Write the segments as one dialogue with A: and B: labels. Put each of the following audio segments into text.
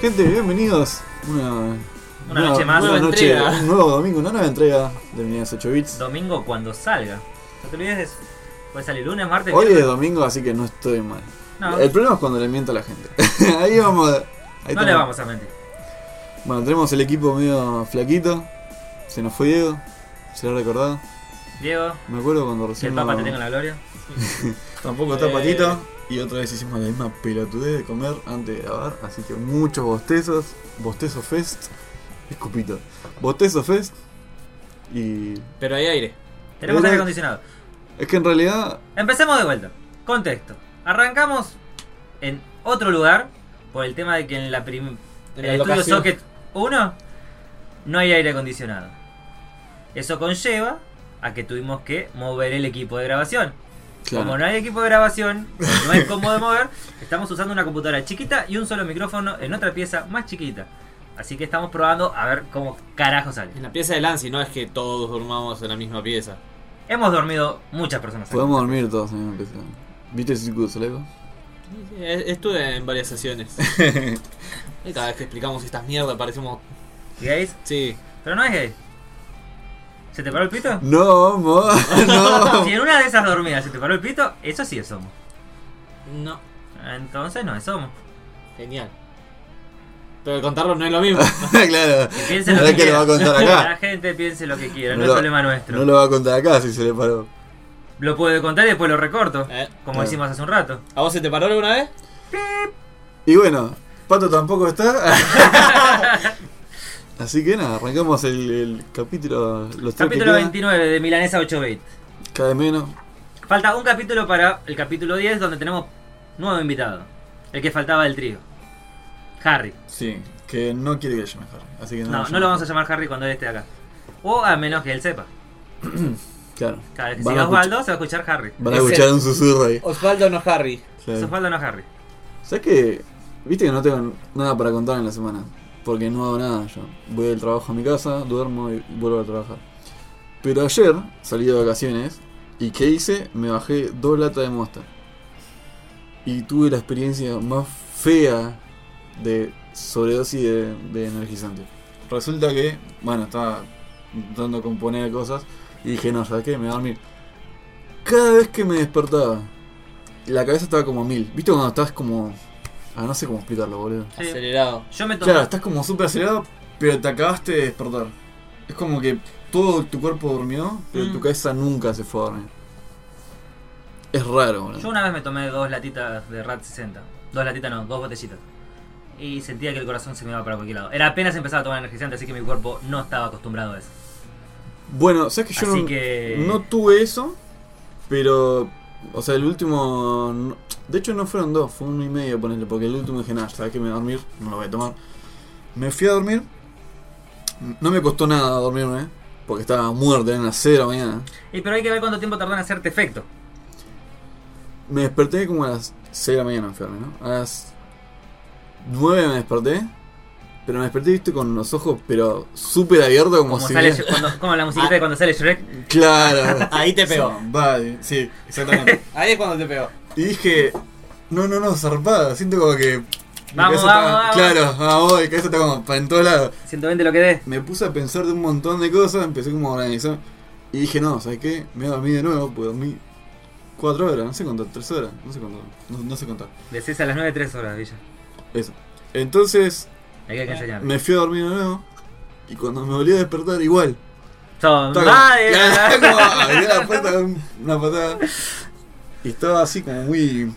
A: gente, bienvenidos. Una,
B: Una noche más.
A: una
C: Nueva
A: noche,
C: entrega.
A: un nuevo domingo, una nueva entrega de Milenias 8 bits.
B: Domingo cuando salga. No te olvides de eso. Puede salir lunes, martes,
A: Hoy es
B: viernes.
A: domingo, así que no estoy mal.
B: No,
A: El problema es cuando le miento a la gente. ahí vamos. Ahí
B: no
A: tenemos-
B: le vamos a mentir.
A: Bueno, tenemos el equipo medio flaquito. Se nos fue Diego. Se lo ha recordado.
B: Diego,
A: Me acuerdo cuando
B: que
A: recién.
B: el Papa
A: lo-
B: te tenga la gloria.
A: Tampoco
C: Eh.
A: está Patito. Y otra vez hicimos la misma pelotudez de comer antes de grabar. Así que muchos bostezos. Bostezo Fest. Escupito. Bostezo Fest. Y.
C: Pero hay aire.
B: Tenemos
A: Pero-
B: aire acondicionado.
A: Es que en realidad.
B: Empecemos de vuelta. Contexto. Arrancamos en otro lugar por el tema de que en la prim- el
C: En la
B: estudio
C: locación.
B: Socket 1 no hay aire acondicionado. Eso conlleva a que tuvimos que mover el equipo de grabación. Como
A: Claro.
B: no hay equipo de grabación, no es cómodo de mover, estamos usando una computadora chiquita y un solo micrófono en otra pieza más chiquita. Así que estamos probando a ver cómo carajo sale.
C: En la pieza de Lancy, no es que todos durmamos en la misma pieza.
B: Hemos dormido muchas personas. acá.
A: Podemos dormir todos en el PC. ¿Viste el Circuito Soleco?
C: Eh, Estuve en varias sesiones. Y Cada vez que explicamos estas mierdas parecemos.
B: ¿Gays?
C: Sí.
B: Pero no es gay. ¿Se te paró el pito?
A: No, mo, no.
B: Si en una de esas dormidas se te paró el pito, eso sí es homo.
C: No.
B: Entonces no es homo.
C: Genial. Pero contarlo no es lo mismo.
A: claro.
B: Que piensen lo
A: No
B: que
A: es que lo va a
B: quieran.
A: contar acá.
B: La gente piense lo que quiera, no,
A: No
B: es
A: lo-
B: problema nuestro.
A: No lo va a contar acá si se le paró.
B: Lo puedo contar y después lo recorto,
C: Eh,
B: como
A: Eh.
B: hicimos hace un rato.
C: ¿A vos se te paró alguna vez?
A: Y bueno, Pato tampoco está. Así que nada, arrancamos el, el capítulo. Los tres que
B: Capítulo
A: quedan.
B: 29 de Milanesa 8 bit.
A: Cada vez menos.
B: Falta un capítulo para el capítulo 10 donde tenemos nuevo invitado. El que faltaba del trío. Harry.
A: Sí, que no quiere que yo me Harry. Así que no,
B: No, no lo vamos a llamar Harry cuando él esté acá. O a menos que él sepa.
A: Claro.
B: Cada vez que
A: Van a escuchar-
B: siga Osvaldo se va a escuchar Harry.
A: Van a
C: Es
A: escuchar
C: él.
A: un susurro ahí.
C: Osvaldo no Harry.
B: Es
A: Claro.
B: Osvaldo no Harry.
A: ¿Sabes qué? Viste que no tengo nada para contar en la semana. Porque no hago nada yo. Voy del trabajo a mi casa, duermo y vuelvo a trabajar. Pero ayer salí de vacaciones y ¿qué hice? Me bajé dos latas de mosta. Y tuve la experiencia más fea de sobredosis de, de energizante. Resulta que, bueno, estaba intentando componer cosas y dije, no, ¿sabes qué? Me voy a dormir. Cada vez que me despertaba, la cabeza estaba como a mil. ¿Viste cuando estás como... Ah, no sé cómo explicarlo, boludo.
B: Sí.
C: Acelerado.
B: Yo me tomé.
A: Claro, estás como súper acelerado, pero te acabaste de despertar. Es como que todo tu cuerpo durmió, pero
C: Mm.
A: tu cabeza nunca se fue a dormir. Es raro, boludo.
B: Yo una vez me tomé dos latitas de Rat 60. Dos latitas no, dos botellitas. Y sentía que el corazón se me iba para cualquier lado. Era apenas empezaba a tomar energizante, así que mi cuerpo no estaba acostumbrado a eso.
A: Bueno, sabes que yo
B: así
A: no,
B: que.
A: no tuve eso, pero. O sea, el último. no- de hecho, no fueron dos, fue uno y medio, ponerle, porque el último dije, nada, sabes que me voy a dormir, no lo voy a tomar. Me fui a dormir, no me costó nada dormirme, porque estaba muerto, eran las 0 de la mañana.
B: Y pero hay que ver cuánto tiempo tardó en hacerte efecto.
A: Me desperté como a las 6 de la mañana, enferme, ¿no? A las 9 me desperté. Pero me desperté, viste, con los ojos, pero súper abiertos, como,
B: Como,
A: si.
B: sale,
A: hubiera-
B: cuando- como la musiquita de cuando sale Shrek.
A: Claro.
C: Ahí te pegó.
A: Vale, sí, exactamente.
C: Ahí es cuando te pegó.
A: Y dije, no, no, no, zarpada. Siento como que. mi
B: Vamos,
A: cabeza
B: vamos, vamos.
A: Claro, vamos, mi cabeza está como para en todos lados.
B: 120 lo que dé.
A: Me puse a pensar de un montón de cosas, empecé como a organizar. Y dije, no, ¿sabes qué? Me voy a dormir de nuevo, porque dormí 4 horas, no sé cuánto, 3 horas, no sé cuánto, no, no sé cuánto.
B: Decís a las 9 3 horas, Villa.
A: Eso. Entonces,
B: Hay que enseñar.
A: me fui a dormir de nuevo. Y cuando me volví a despertar, igual.
B: Son
A: Estaba
B: varias.
A: como- como abrí la puerta con una patada. Y estaba así como muy.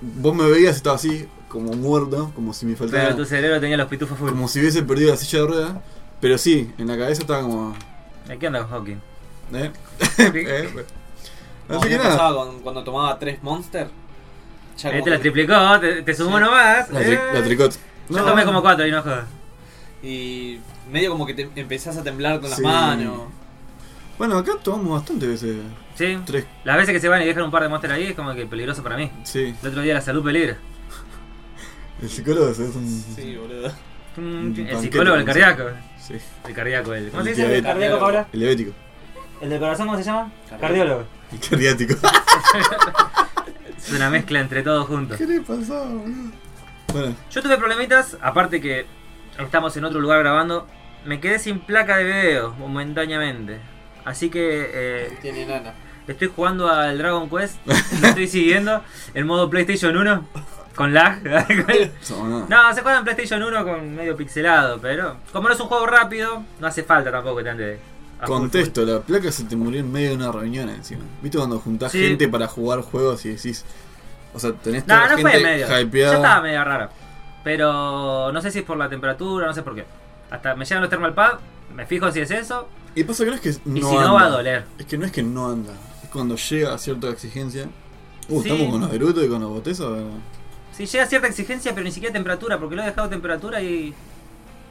A: Vos me veías, estaba así, como muerto, como si me faltara.
B: Pero tu cerebro tenía los pitufos full.
A: Como si hubiese perdido la silla de ruedas. Pero sí, en la cabeza estaba como.
B: Aquí anda Hawking.
A: ¿eh?
B: Ahí
A: ¿eh?
C: Como
A: Así que
C: me
A: nada.
C: pasaba con- cuando tomaba tres Monster. Ya como
B: te Este la
C: que-
B: triplicó, te, te sumó
C: Sí.
B: nomás.
A: La, tri-
B: Eh.
A: la tricot.
B: Yo
A: No,
B: tomé como 4 y no jodas.
C: Y medio como que te empezás a temblar con las
A: Sí.
C: manos.
A: Bueno, acá tomamos bastante veces.
B: Sí.
A: Tres.
B: Las veces que se van y dejan un par de monster ahí es como que peligroso para mí.
A: Sí.
B: El otro día la salud peligra.
A: El psicólogo es un.
C: Sí, boludo.
B: Mm, El
A: banquete,
B: psicólogo, el
A: no sé.
B: cardíaco.
A: Sí.
B: El cardíaco, el. ¿Cómo se
A: El
B: dice?
A: diabético.
C: Cardíaco, Paula.
A: El diabético.
B: ¿El del corazón cómo se llama?
C: Cardiólogo.
B: Cardiólogo.
A: El cardiático.
B: Es una mezcla entre todos juntos.
A: ¿Qué le pasó, boludo? Bueno,
B: Yo tuve problemitas, aparte que estamos en otro lugar grabando. Me quedé sin placa de video momentáneamente. Así que eh,
C: Tiene nana.
B: estoy jugando al Dragon Quest, lo estoy siguiendo en modo PlayStation 1 con lag.
A: eso, nada.
B: no, se juega en PlayStation 1 con medio pixelado, pero como no es un juego rápido, no hace falta tampoco que te ande. a full, full.
A: Contesto, la placa se te murió en medio de una reunión encima. ¿Viste cuando juntás
B: Sí.
A: gente para jugar juegos y decís. O sea, tenés toda
B: No,
A: la
B: no fue
A: gente
B: en medio.
A: hypeada.
B: Ya estaba medio rara. Pero no sé si es por la temperatura, no sé por qué. Hasta me llegan los thermal pad, me fijo si es eso,
A: Y pasa que no es que no
B: y si
A: anda.
B: no va a doler.
A: Es que no es que no anda. Es cuando llega a cierta exigencia. Uh,
B: Sí.
A: estamos con los erutos y con los botezos. ¿verdad?
B: Si llega a cierta exigencia, pero ni siquiera temperatura, porque lo he dejado a temperatura y.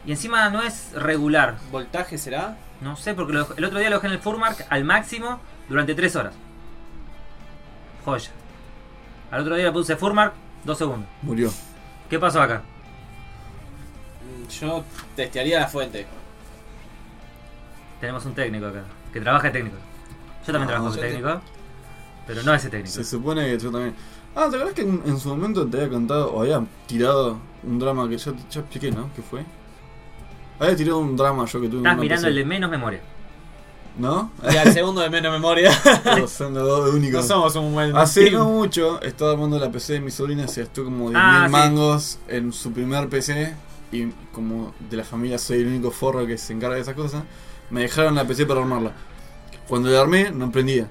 B: Y encima no es regular.
C: ¿Voltaje será?
B: No sé, porque lo- el otro día lo dejé en el Furmark al máximo durante 3 horas. Joya. Al otro día le puse Furmark, 2 segundos.
A: Murió.
B: ¿Qué pasó acá?
C: Mm, Yo testearía la fuente.
B: Tenemos un técnico acá, que trabaja de técnico. Yo
A: No,
B: también trabajo de
A: yo te-
B: técnico, pero no ese técnico.
A: Se supone que yo también. Ah, ¿te acuerdas que en, en su momento te había contado o había tirado un drama que ya, ya expliqué, ¿no? ¿Qué fue? Había tirado un drama yo que tuve en
B: Estás
A: una
B: Ah, mirando
A: PC.
B: el em- de menos memoria.
A: ¿No?
C: Y al segundo de menos memoria.
A: Los son los dos
C: no
A: únicos.
C: somos un buen
A: Hace
C: team.
A: no mucho estaba armando la PC de mi sobrina, se gastó como 10.000
B: Ah, sí.
A: mangos en su primer PC. Y como de la familia soy el único forro que se encarga de esas cosas, me dejaron la PC para armarla. Cuando la armé, no prendía.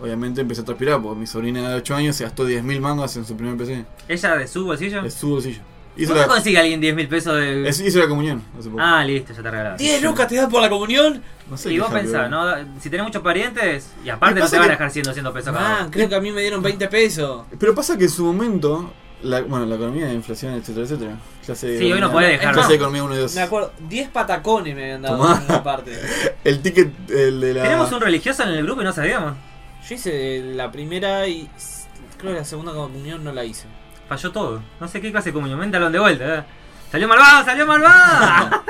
A: Obviamente empecé a transpirar, porque mi sobrina de 8 años se gastó 10.000 mangos en su primer PC.
B: ¿Ella de su bolsillo?
A: Es su bolsillo. Hizo
B: ¿Cómo
A: la,
B: consigue alguien 10 mil pesos de.?
A: es- hizo la comunión hace poco.
B: Ah, listo, ya te regalaba.
C: 10 lucas te das por la comunión.
A: No
B: y
A: qué
B: vos
A: happy
B: pensás,
A: hour.
B: ¿no? Si tenés muchos parientes, y aparte
A: Me
B: no
A: pasa
B: te van a
A: que- Ah,
B: dejar siendo 200 pesos cada
C: Man,
B: uno.
C: creo que a mí me dieron 20 pesos.
A: Pero pasa que en su momento, la, bueno, la economía, la inflación, etcétera, etcétera. Clase de
B: Sí, hoy no
A: economía-
B: podés dejar,
A: Clase
B: ¿no?
A: de economía 1 y 2.
C: Me acuerdo, 10 patacones me habían dado
A: Tomá.
C: en una parte.
A: El ticket, el de la.
B: Tenemos un religioso en el grupo y no sabíamos.
C: Yo hice la primera y s- creo que la segunda comunión no la hice.
B: Falló todo. No sé qué clase de comunión. Méntalo de vuelta. eh. ¡Salió malvado! ¡Salió malvado!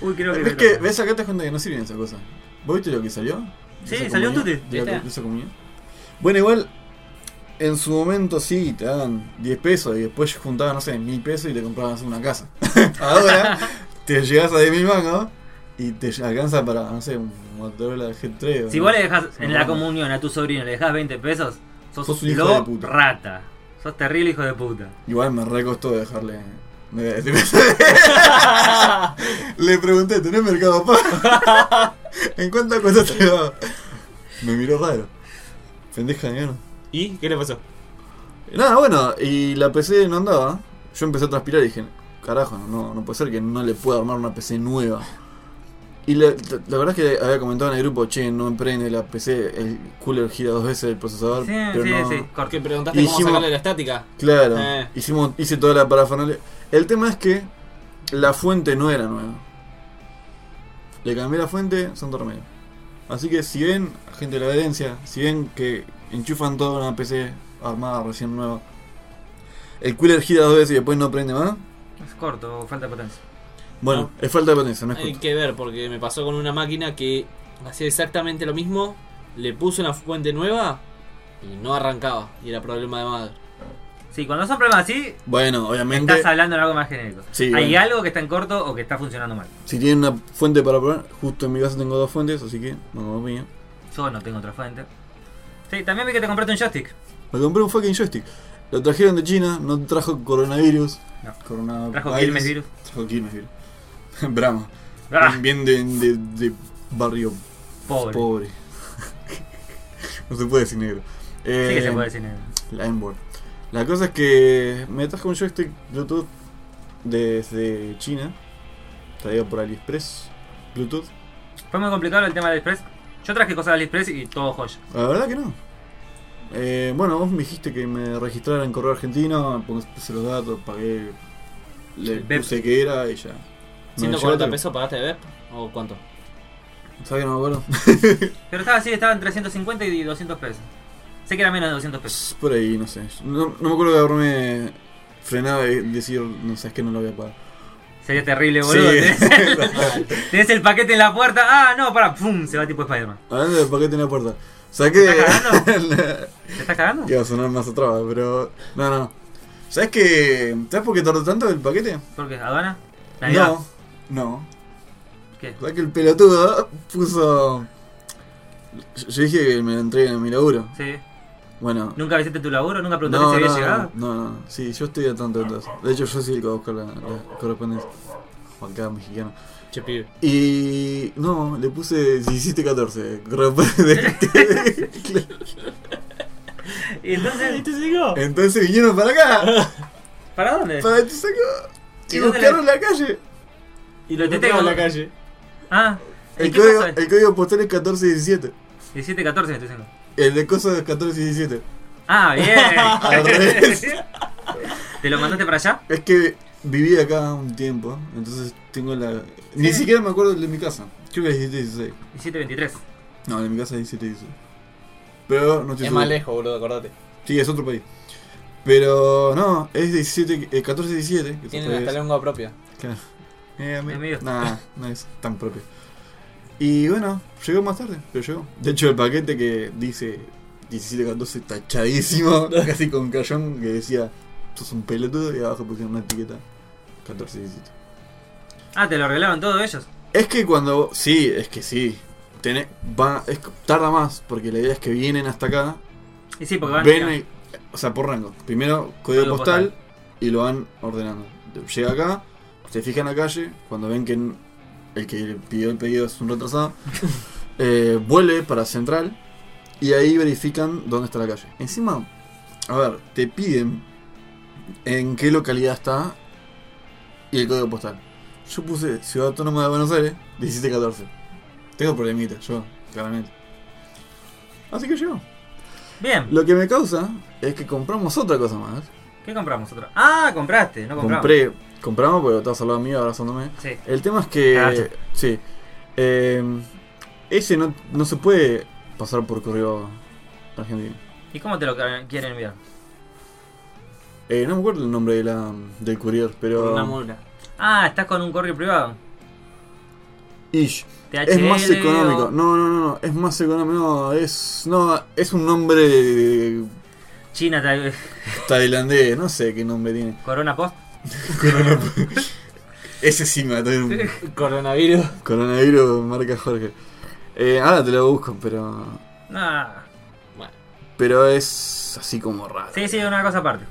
B: Uy, creo que.
A: ¿Ves que ves acá te das cuenta que no sirven esas cosas? ¿Vos viste lo que salió? ¿De
B: Sí,
A: esa
B: salió un
A: comunión?
B: tuti,
A: ¿De, la-
C: ¿viste?
A: de esa comunión? Bueno, igual en su momento sí, te daban 10 pesos y después juntaban, no sé, 1000 pesos y te comprabas una casa. Ahora te llegas a 10.000 mangos y te alcanza para, no sé, un Motorola G3. o
B: Si
A: no.
B: vos le dejas
A: Se
B: en
A: me
B: la
A: manda.
B: comunión a tu sobrino le dejas 20 pesos, sos,
A: Sos un
B: un
A: hijo de puta.
B: rata. Sos terrible hijo de puta.
A: Igual me recostó dejarle. me- Le pregunté, ¿tenés mercado pago? ¿En cuánto cuesta te lo hago? Me miró raro. Pendeja de mierda.
C: ¿Y qué le pasó?
A: Nada, bueno, y la PC no andaba. Yo empecé a transpirar y dije, carajo, no, no puede ser que no le pueda armar una PC nueva. Y la, la- la verdad es que había comentado en el grupo, che, no emprende la PC, el cooler gira dos veces el procesador.
B: Sí,
A: pero
B: sí,
A: no-
B: sí. Corto.
C: Porque preguntaste cómo
A: Hicimos-
C: sacarle la estática.
A: Claro,
C: Eh.
A: hicimos, hice toda la parafernalia. El tema es que la fuente no era nueva. Le cambié la fuente, santo remedio. Así que si ven, gente de la evidencia, si ven que enchufan toda una PC armada recién nueva, el cooler gira dos veces y después no prende más,
B: Es corto, falta de potencia.
A: bueno, es falta de potencia, no es
C: Hay
A: culpa.
C: que ver, porque me pasó con una máquina que hacía exactamente lo mismo, le puse una fuente nueva y no arrancaba. Y era problema de madre.
B: Sí, cuando son problemas así,
A: Bueno, obviamente,
B: estás hablando en algo más genérico.
A: Sí,
B: Hay
A: bueno.
B: algo que está en corto o que está funcionando mal.
A: si tienen una fuente para probar, justo en mi casa tengo dos fuentes, así que, mamá mía.
B: Yo no tengo otra fuente. Sí, también vi que te compraste un joystick.
A: Me compré un fucking joystick. Lo trajeron de China, no trajo coronavirus.
B: No.
A: Corona-
B: Trajo
A: virus.
B: Quilmes virus.
A: Trajo Quilmes virus. Brahma.
B: Ah,
A: Bien de, de- de barrio
B: pobre.
A: pobre. no se puede decir negro. Eh,
B: Sí que se puede decir. negro.
A: La N-word. La cosa es que me trajo un joystick Bluetooth desde China. Traído por AliExpress. Bluetooth.
B: Fue muy complicado el tema del Express. Yo traje cosas del Express y todo joya.
A: La verdad que no. Eh, bueno, vos me dijiste que me registrara en correo argentino, pues puse los datos, pagué, le
B: El BEP.
A: puse que era y ya. Me llegó
C: 140
A: otro.
C: pesos pagaste de ver o cuánto?
A: ¿Sabes que no me acuerdo?
B: Pero estaba así, estaba en 350 y 200 pesos. Sé que era menos de 200 pesos.
A: Por ahí, no sé. No, no me acuerdo que haberme frenado y decir, no sé, es que no lo voy a pagar.
B: Sería terrible, boludo.
A: Sí.
B: Tenés, el, tenés el paquete en la puerta. Ah, no, para, pum, se va tipo Spider-Man.
A: Hablando del paquete en la puerta. Saqué.
B: ¿Estás ¿Te estás cagando?
A: Iba a sonar más atrás, pero. No, no. ¿Sabes que ¿Sabes por qué tardó tanto el paquete?
B: ¿Por qué? ¿Aduana? ¿Navidad?
A: No, no.
B: ¿Qué?
A: ¿Sabes que el pelotudo puso. Yo- Yo dije que me lo entreguen en mi laburo.
B: Sí.
A: Bueno.
B: ¿Nunca visitaste tu laburo? ¿Nunca preguntaste
A: No,
B: si había
A: no,
B: llegado?
A: no, no, no. sí, yo estoy a tanto de todo. De hecho, yo soy el que va a buscar la, la correspondencia. Bancada mexicana.
C: Che, pibe.
A: Y no, le puse 17-14. correspondencia.
B: ¿Y entonces?
A: Entonces vinieron para acá,
B: ¿Para dónde?
A: para Chisaco, y
B: ¿Y dónde
A: buscaron la calle.
C: Y lo
B: intenté
C: tengo en
B: con-
C: la calle.
B: Ah, ¿y
A: El
B: qué pasó?
A: código, el código postal es 1417.
B: 17, 14 me estoy diciendo.
A: El de cosas es 1417.
B: Ah,
A: Al revés.
B: bien. ¿Te lo mandaste para allá?
A: Es que viví acá un tiempo, entonces tengo la. Ni
B: Sí.
A: siquiera me acuerdo el de mi casa. Creo que es 1716.
B: 17, 23.
A: No, el de mi casa es 1716. Pero no estoy
C: Es
A: seguro.
C: más lejos, boludo, acordate.
A: Sí, es otro país. Pero no, es 17, eh, 1417. que
C: Tienen
A: otra
C: hasta
A: vez.
C: lengua propia.
A: Claro. Eh, amigo.
B: Amigo.
A: Nah, no es tan propio. Y bueno, llegó más tarde, pero llegó. De hecho, el paquete que dice 1714 tachadísimo, casi con cayón, que decía, sos un pelotudo, y abajo pusieron una etiqueta 1417.
B: Ah, te lo arreglaron todos ellos.
A: Es que cuando... Sí, es que sí. Tené- va, es- tarda más, porque la idea es que vienen hasta acá,
B: Y sí, porque van.
A: ven el- o sea, por rango. Primero código
B: Código
A: postal, y lo van ordenando. Llega acá, se fija en la calle, cuando ven que n- el que le pidió el pedido es un retrasado, eh, vuelve para central y ahí verifican dónde está la calle. Encima, a ver, te piden en qué localidad está y el código postal. Yo puse Ciudad Autónoma de Buenos Aires, 1714. Tengo problemitas, yo, claramente. Así que llegó.
B: Bien,
A: Lo que me causa es que compramos otra cosa más.
B: ¿qué compramos otro? Ah, compraste, no compramos.
A: Compré, compramos porque estabas al lado mío abrazándome.
B: Sí.
A: El tema es que.
B: Ah, ya.
A: sí. Eh, ese no, no se puede pasar por correo argentino.
B: ¿Y cómo te lo car- quieren enviar?
A: Eh, no me acuerdo el nombre de la, del courier,
C: Por
A: pero.
C: una mula.
B: Ah, estás con un correo privado.
A: Ish.
B: THL,
A: Es más
B: o-
A: económico. No, no, no, no. Es más económico. No, es, no, es un nombre de-
B: China, tal-
A: tailandés. No sé qué nombre tiene.
B: Corona Post.
A: Ese sí me va a tener un,
C: Coronavirus.
A: Coronavirus marca Jorge. Eh, ahora te lo busco, pero.
B: No.
C: Bueno,
A: Pero es así como raro.
B: Sí, sí, una cosa aparte.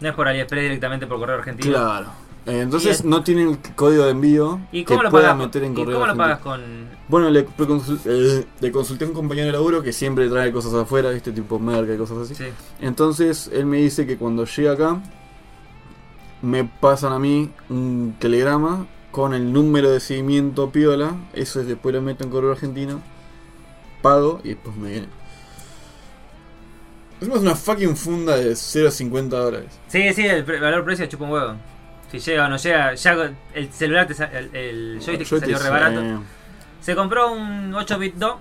B: No es por AliExpress directamente por correo argentino.
A: Claro. Eh, entonces
B: Bien.
A: no tiene el código de envío
B: ¿Y
A: que
B: cómo lo
A: pueda
B: pagas?
A: meter en
B: ¿Y
A: correo.
B: cómo lo
A: argentino.
B: pagas con.?
A: Bueno, le, preconsul- eh, le consulté a un compañero de laburo que siempre trae cosas afuera, este tipo merca y cosas así.
B: Sí.
A: Entonces él me dice que cuando llega acá, me pasan a mí un telegrama con el número de seguimiento piola. Eso es después lo meto en correo argentino, pago y después me viene. Es más una fucking funda de 0.50 dólares.
B: Sí, sí, el pre- valor precio chupa un huevo. Si llega o no llega, ya con- el celular, te sa- el, el joystick
A: Yo te
B: salió
A: sé,
B: re barato.
A: eh,
B: Se compró un 8 bit 2.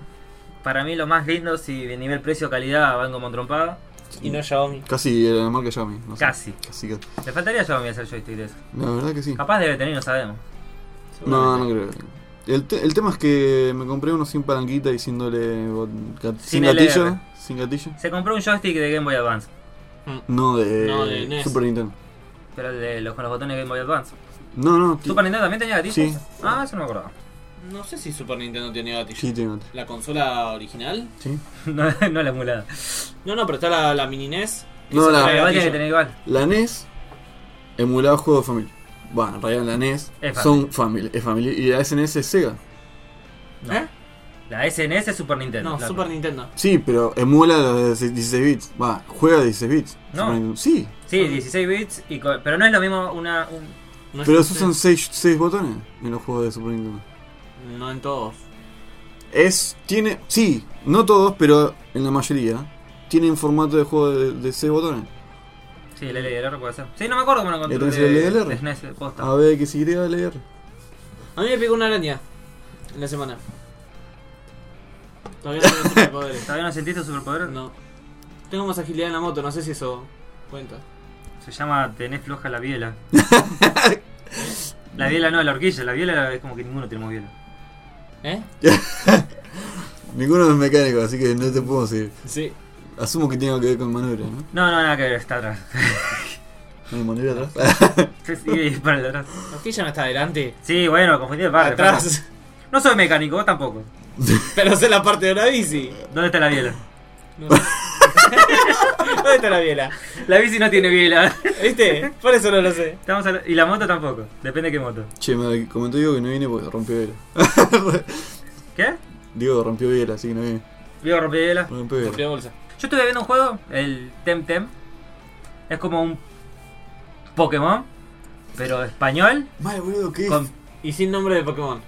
B: Para mí lo más lindo, si de nivel precio-calidad van como trompado.
C: y no Xiaomi.
A: Casi era la marca Xiaomi. No sé.
B: Casi.
A: Casi, casi.
B: Le faltaría yo a mí hacer joystick de eso.
A: La verdad que sí.
B: Capaz debe tener, no sabemos.
A: No, no creo. El, te- el tema es que me compré uno sin palanquita y sin doble bot- gat- sin
B: Sin LR.
A: gatillo. Sin gatillo.
B: Se compró un joystick de Game Boy Advance.
A: No, de,
C: No, de E NES.
A: Super Nintendo.
B: Pero el de los, con los botones de Game Boy Advance.
A: No, no, ti-
B: ¿Super Nintendo también tenía gatillos?
A: Sí.
B: Ah, eso no me acordaba.
C: No sé si Super Nintendo tenía
B: E
C: gatillo.
A: sí, tiene gatillo.
C: ¿La consola original?
A: Sí.
B: no, no la emulada.
C: No, no, pero está la, la mini NES.
A: No,
C: Esa
A: la-
B: Pero
C: trae
B: igual tiene que
C: gatillo.
B: tener igual.
A: La NES emulaba juegos de familia. Bueno, en realidad la NES
B: Es
A: son family, es family. Y la SNES es Sega.
B: No.
C: ¿Eh?
B: La SNS es Super Nintendo.
C: No,
B: la
C: Super
B: otra.
C: Nintendo.
A: Sí, pero emula los de 16 bits. Va, juega 16 bits.
B: No.
A: Super Nintendo. Sí,
B: Sí, 16 bits, y co- pero no es lo mismo una... un-
C: No
A: pero
C: es-
A: se usan 6, 6 botones en los juegos de Super Nintendo.
C: No en todos.
A: Es, tiene, sí, no todos, pero en la mayoría, tienen formato de juego de, de 6 botones.
B: Sí, el LDR puede ser. Sí, no me acuerdo cómo lo encontré.
A: ¿Tenés
B: de-
A: el LDR?
B: de SNES, posta.
A: A ver, que si quería leer.
C: A mí me picó una araña en la semana. Todavía no tengo superpoderes.
B: ¿Todavía no sentiste superpoder?
C: No. Tengo más agilidad en la moto, no sé si eso cuenta.
B: Se llama Tenés floja la biela. la biela no, la horquilla. La biela es como que ninguno tenemos biela.
C: ¿Eh?
A: Ninguno es mecánico, así que no te puedo decir.
C: Sí.
A: Asumo que tiene que ver con maniobra, ¿no?
B: No, no, nada que ver, está atrás.
A: No hay monitor atrás.
B: Sí, sí, para el de atrás.
C: No, que ya no está adelante.
B: Sí, bueno, confundí el
C: Ah,
B: barrio.
C: Atrás.
B: perdón. No soy mecánico, vos tampoco.
C: Pero sé la parte de una bici.
B: ¿Dónde está la biela?
C: No. ¿Dónde está la biela?
B: La bici no tiene biela.
C: ¿Viste? Por eso no lo sé.
B: Estamos habla- Y la moto tampoco, depende de qué moto.
A: che, me comentó Diego que no viene porque rompió vela.
B: ¿Qué?
A: Diego rompió vela, así que no viene.
B: Vivo rompí biela.
A: Rompió vela.
C: Rompió bolsa.
B: Yo estuve viendo un juego, el Temtem. Es como un Pokémon, pero español.
A: Mal, boludo, ¿qué?
B: Con...
C: Y sin nombre de Pokémon.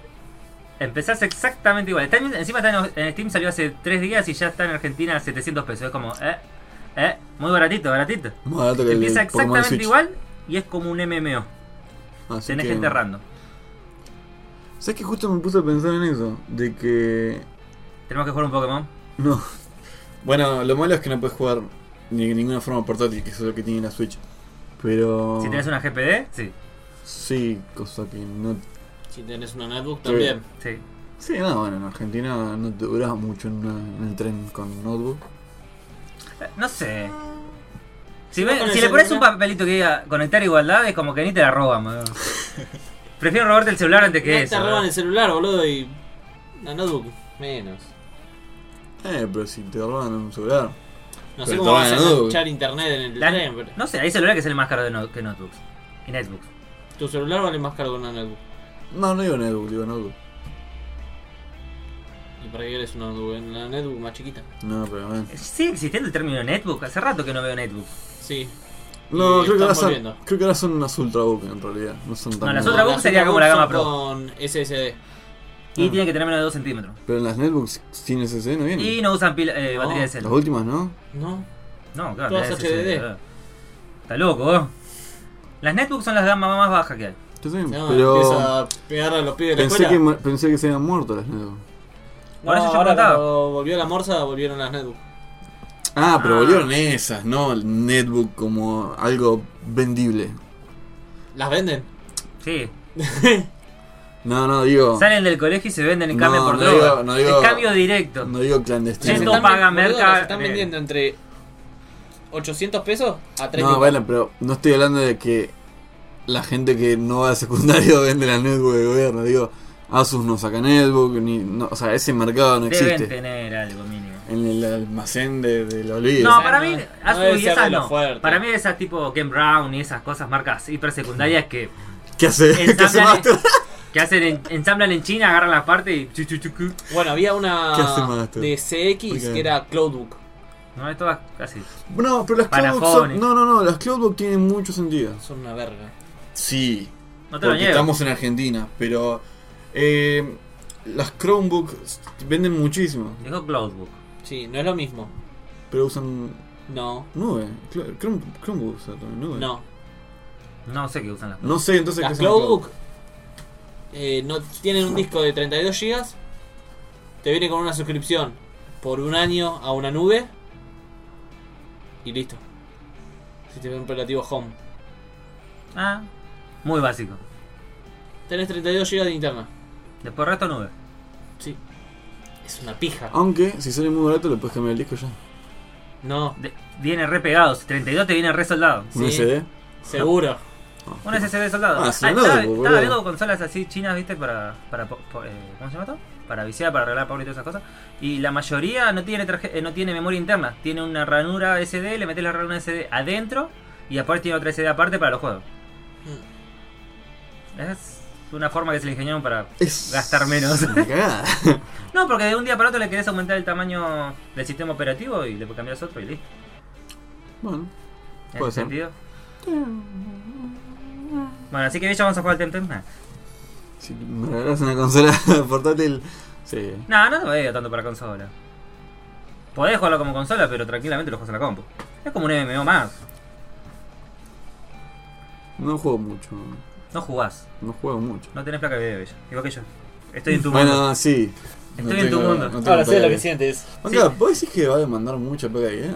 B: Empezás exactamente igual. Está en- encima está en, en Steam, salió hace 3 días y ya está en Argentina a 700 pesos. Es como, eh, eh, muy baratito, baratito.
A: Más barato que el
B: Empieza
A: de Pokémon
B: exactamente
A: Switch.
B: igual y es como un MMO.
A: Así
B: Tenés
A: que-
B: gente random.
A: ¿Sabes que justo me puse a pensar en eso? De que.
B: Tenemos que jugar un Pokémon.
A: No. Bueno, lo malo es que no puedes jugar ni de ninguna forma portátil, que eso es lo que tiene la Switch. Pero.
B: Si tenés una GPD, sí.
A: Sí, cosa que no.
C: Si tenés una netbook también.
B: Sí. Eh,
A: Sí, no, bueno, en Argentina no te duraba mucho en, una- en el tren con notebook.
B: Eh, No sé. Si,
C: no
B: ve-
C: con
B: si
C: el
B: le pones un
C: celular.
B: papelito que diga conectar igualdad, es como que ni te la roban, boludo. Prefiero robarte el celular antes que
C: No
B: eso.
C: te roban
A: eh?
B: boludo.
C: el celular, boludo, y. La notebook, menos.
A: Eh, pero si te roban un celular.
C: No
A: Pero
C: sé
A: te
C: cómo vas
A: roban la
C: a
A: notebook.
C: escuchar internet en el
B: La-
C: tren, pero.
B: No sé, hay celulares que salen más caros de no- que notebooks. Y netbooks.
C: Tu celular vale más caro que una notebook.
A: No, no digo netbook, digo notebook.
C: ¿Y para qué querés una notebook? Una netbook más chiquita.
A: No, pero bueno.
B: Eh, ¿Sigue existiendo el término netbook? Hace rato que no veo netbook.
C: Sí.
A: No, creo
C: Y
A: que,
C: están
A: ahora son,
C: volviendo.
A: creo que ahora son unas ultrabook en realidad. No son tan.
B: No, las
A: grandes.
B: ultrabook sería como la gama
C: son
B: Pro.
C: Con SSD.
B: Y
A: Ah.
B: tiene que tener menos de 2 centímetros.
A: Pero en las netbooks sin SSD no vienen.
B: Y no usan pila, eh,
C: No.
B: batería de
A: Las
B: celular.
A: últimas, ¿no?
C: No.
B: No, claro,
C: Todas
B: tenés ese-
C: HDD.
B: eh. Está loco, vos. Las netbooks son las gamas más bajas que hay.
A: Yo sé,
C: No,
A: pero.
C: empieza a pegar a los pibes de la
A: Pensé
C: escuela.
A: que, mu- pensé que se habían muerto las netbooks.
B: Por
C: No,
B: eso yo
C: ahora
B: preguntaba.
C: cuando volvió la morsa, volvieron las netbook.
A: Ah, pero
B: Ah.
A: volvieron esas, ¿no? El netbook como algo vendible.
C: ¿Las venden?
B: Sí.
A: No, no, digo.
B: Salen del colegio y se venden en
A: No,
B: cambio por
A: no
B: droga.
A: digo- no digo-
B: Es cambio directo.
A: No digo clandestino.
B: Yendo
C: Las
B: a paga
C: ven- boludo,
B: merca-
C: las están
B: eh.
C: vendiendo entre 800 pesos a 3
A: No, bueno, pero no estoy hablando de que la gente que no va al secundario vende la netbook de gobierno. Digo, Asus no saca netbook, ni, no, o sea, ese mercado no
B: Deben
A: existe.
B: tener algo mínimo.
A: En el almacén de, de la olvida.
B: No,
C: Esa
B: para
C: no
B: mí,
C: es-
B: Asus
C: no debe
B: y
C: ser
B: esas
C: de lo
B: no.
C: fuerte.
B: Para mí esas tipo Ken Brown y esas cosas, marcas hipersecundarias que,
A: ¿Qué hace? ¿Qué hace
B: ensamblan,
A: Master?
B: en, que hacen en- ensamblan en China, agarran la parte y... chu, chu, chu, chu.
C: Bueno, había
A: ¿Qué hace más
C: una
A: esto?
C: de CX
A: ¿Por qué?
C: que era Cloudbook.
B: No, es todas así.
A: No, pero las Cloudbook son-
B: Panasonic.
A: No, no, no, las Cloudbook tienen mucho sentido.
C: Son una verga.
A: Sí,
B: No te lo
A: porque
B: niego.
A: estamos en Argentina, pero eh, las Chromebook venden muchísimo,
B: Dijo Cloudbook.
C: Sí, no es lo mismo.
A: pero usan
C: No,
A: nube. Cl- Chrome, Chromebook usa también nube.
C: no.
B: No sé qué usan las...
A: No sé, entonces
C: Las
A: son
C: Cloudbook eh, no tienen un disco de 32 GB. Te viene con una suscripción por un año a una nube. Y listo. Sistema operativo Home.
B: Ah, muy básico.
C: Tenés 32 GB de interna.
B: Después resto nube.
C: Sí. Es una pija.
A: Aunque si sale muy barato le puedes cambiar el disco ya.
C: No,
B: De- viene re pegados. 32 te viene re soldado.
A: Un
C: Sí.
A: SD.
C: seguro.
B: Un SSD soldado.
A: Ah, sí, no,
B: estaba,
A: boludo.
B: estaba viendo consolas así chinas, viste, para. para po- po- eh, ¿Cómo se llama esto? Para viciar, para arreglar pobre y todas esas cosas. Y la mayoría no tiene tarje- eh, no tiene memoria interna. Tiene una ranura SD, le metes la ranura SD adentro y aparte tiene otra SD aparte para los juegos.
A: Mm.
B: Es una forma que se le ingeniaron para.
A: Es
B: Gastar menos.
A: una cagada.
B: No, porque de un día para otro le querés aumentar el tamaño del sistema operativo y le cambias otro y listo.
A: bueno,
B: ¿En
A: Puede
B: ese
A: ser.
B: sentido? Bueno, así que Bella vamos a jugar al Temtem. Nah.
A: si me regalas una consola portátil, sí.
B: No, no lo veo tanto para consola. Podés jugarlo como consola, pero tranquilamente lo juegas en la compu. Es como un MMO más.
A: No juego mucho,
B: No jugás.
A: no juego mucho.
B: No tenés placa de video, Bella. Igual que yo. Estoy en tu mundo.
A: Bueno, sí.
B: Estoy en tu mundo.
C: Ahora sé lo que
A: sí.
C: sientes.
A: Acá, ¿vos decís que va a demandar mucha pega de video? ¿eh?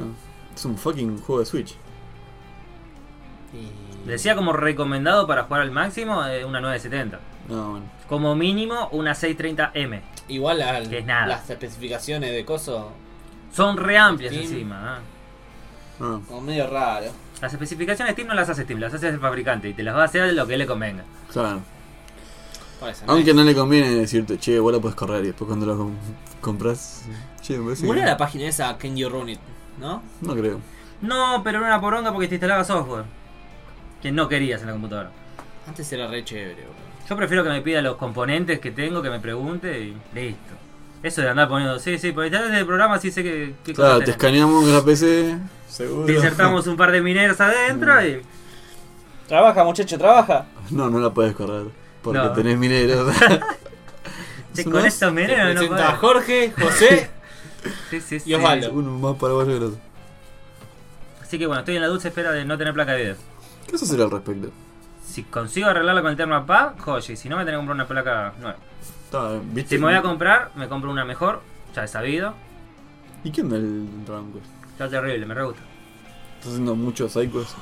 A: Es un fucking juego de Switch.
B: Decía como recomendado para jugar al máximo eh, una 970.
A: No, bueno.
B: Como mínimo una 630M.
C: Igual al-
B: Que es nada.
C: las especificaciones de coso
B: Son re amplias
C: Steam.
B: encima. ah.
A: No.
C: como medio raro.
B: Las especificaciones Steam no las hace Steam, las hace el fabricante y te las va a hacer lo que le convenga.
A: Claro.
C: Por eso,
A: Aunque
C: nice.
A: no le conviene decirte, che, vos la puedes correr y después cuando la com- compras. Che, me parece.
C: Muere
A: que-
C: la página esa Can You Run It, ¿no?
A: No creo.
B: No, pero era una poronga porque te instalaba software que no querías en la computadora.
C: Antes era re chévere, boludo.
B: Yo prefiero que me pida los componentes que tengo, que me pregunte y listo. Eso de andar poniendo, sí, sí, porque ya desde el programa sí sé que. qué
A: Claro,
B: cosas
A: te
B: tenemos.
A: escaneamos la PC. Seguro.
B: Te insertamos un par de mineros adentro
C: Mm.
B: y.
C: Trabaja, muchacho, trabaja.
A: No, no la puedes correr. Porque
B: No.
A: tenés mineros.
B: Che,
A: Es un
B: con
A: as-
B: estos
C: Te
B: mineros no
C: presenta a
B: puedo.
C: Jorge, José.
B: Sí, sí, sí.
C: y Osvaldo.
A: Uno más paraguayo que el otro.
B: Así que bueno, estoy en la dulce espera de no tener placa de video.
A: ¿Qué vas a hacer al respecto?
B: Si consigo arreglarla con el Thermapad, joya. Y si no, me tengo que comprar una placa nueva.
A: Está, ¿viste?
B: Si me voy a comprar, me compro una mejor. Ya he sabido.
A: ¿Y qué onda el Dragon Quest?
B: Está terrible, me re gusta.
A: Estás haciendo muchos sidequests.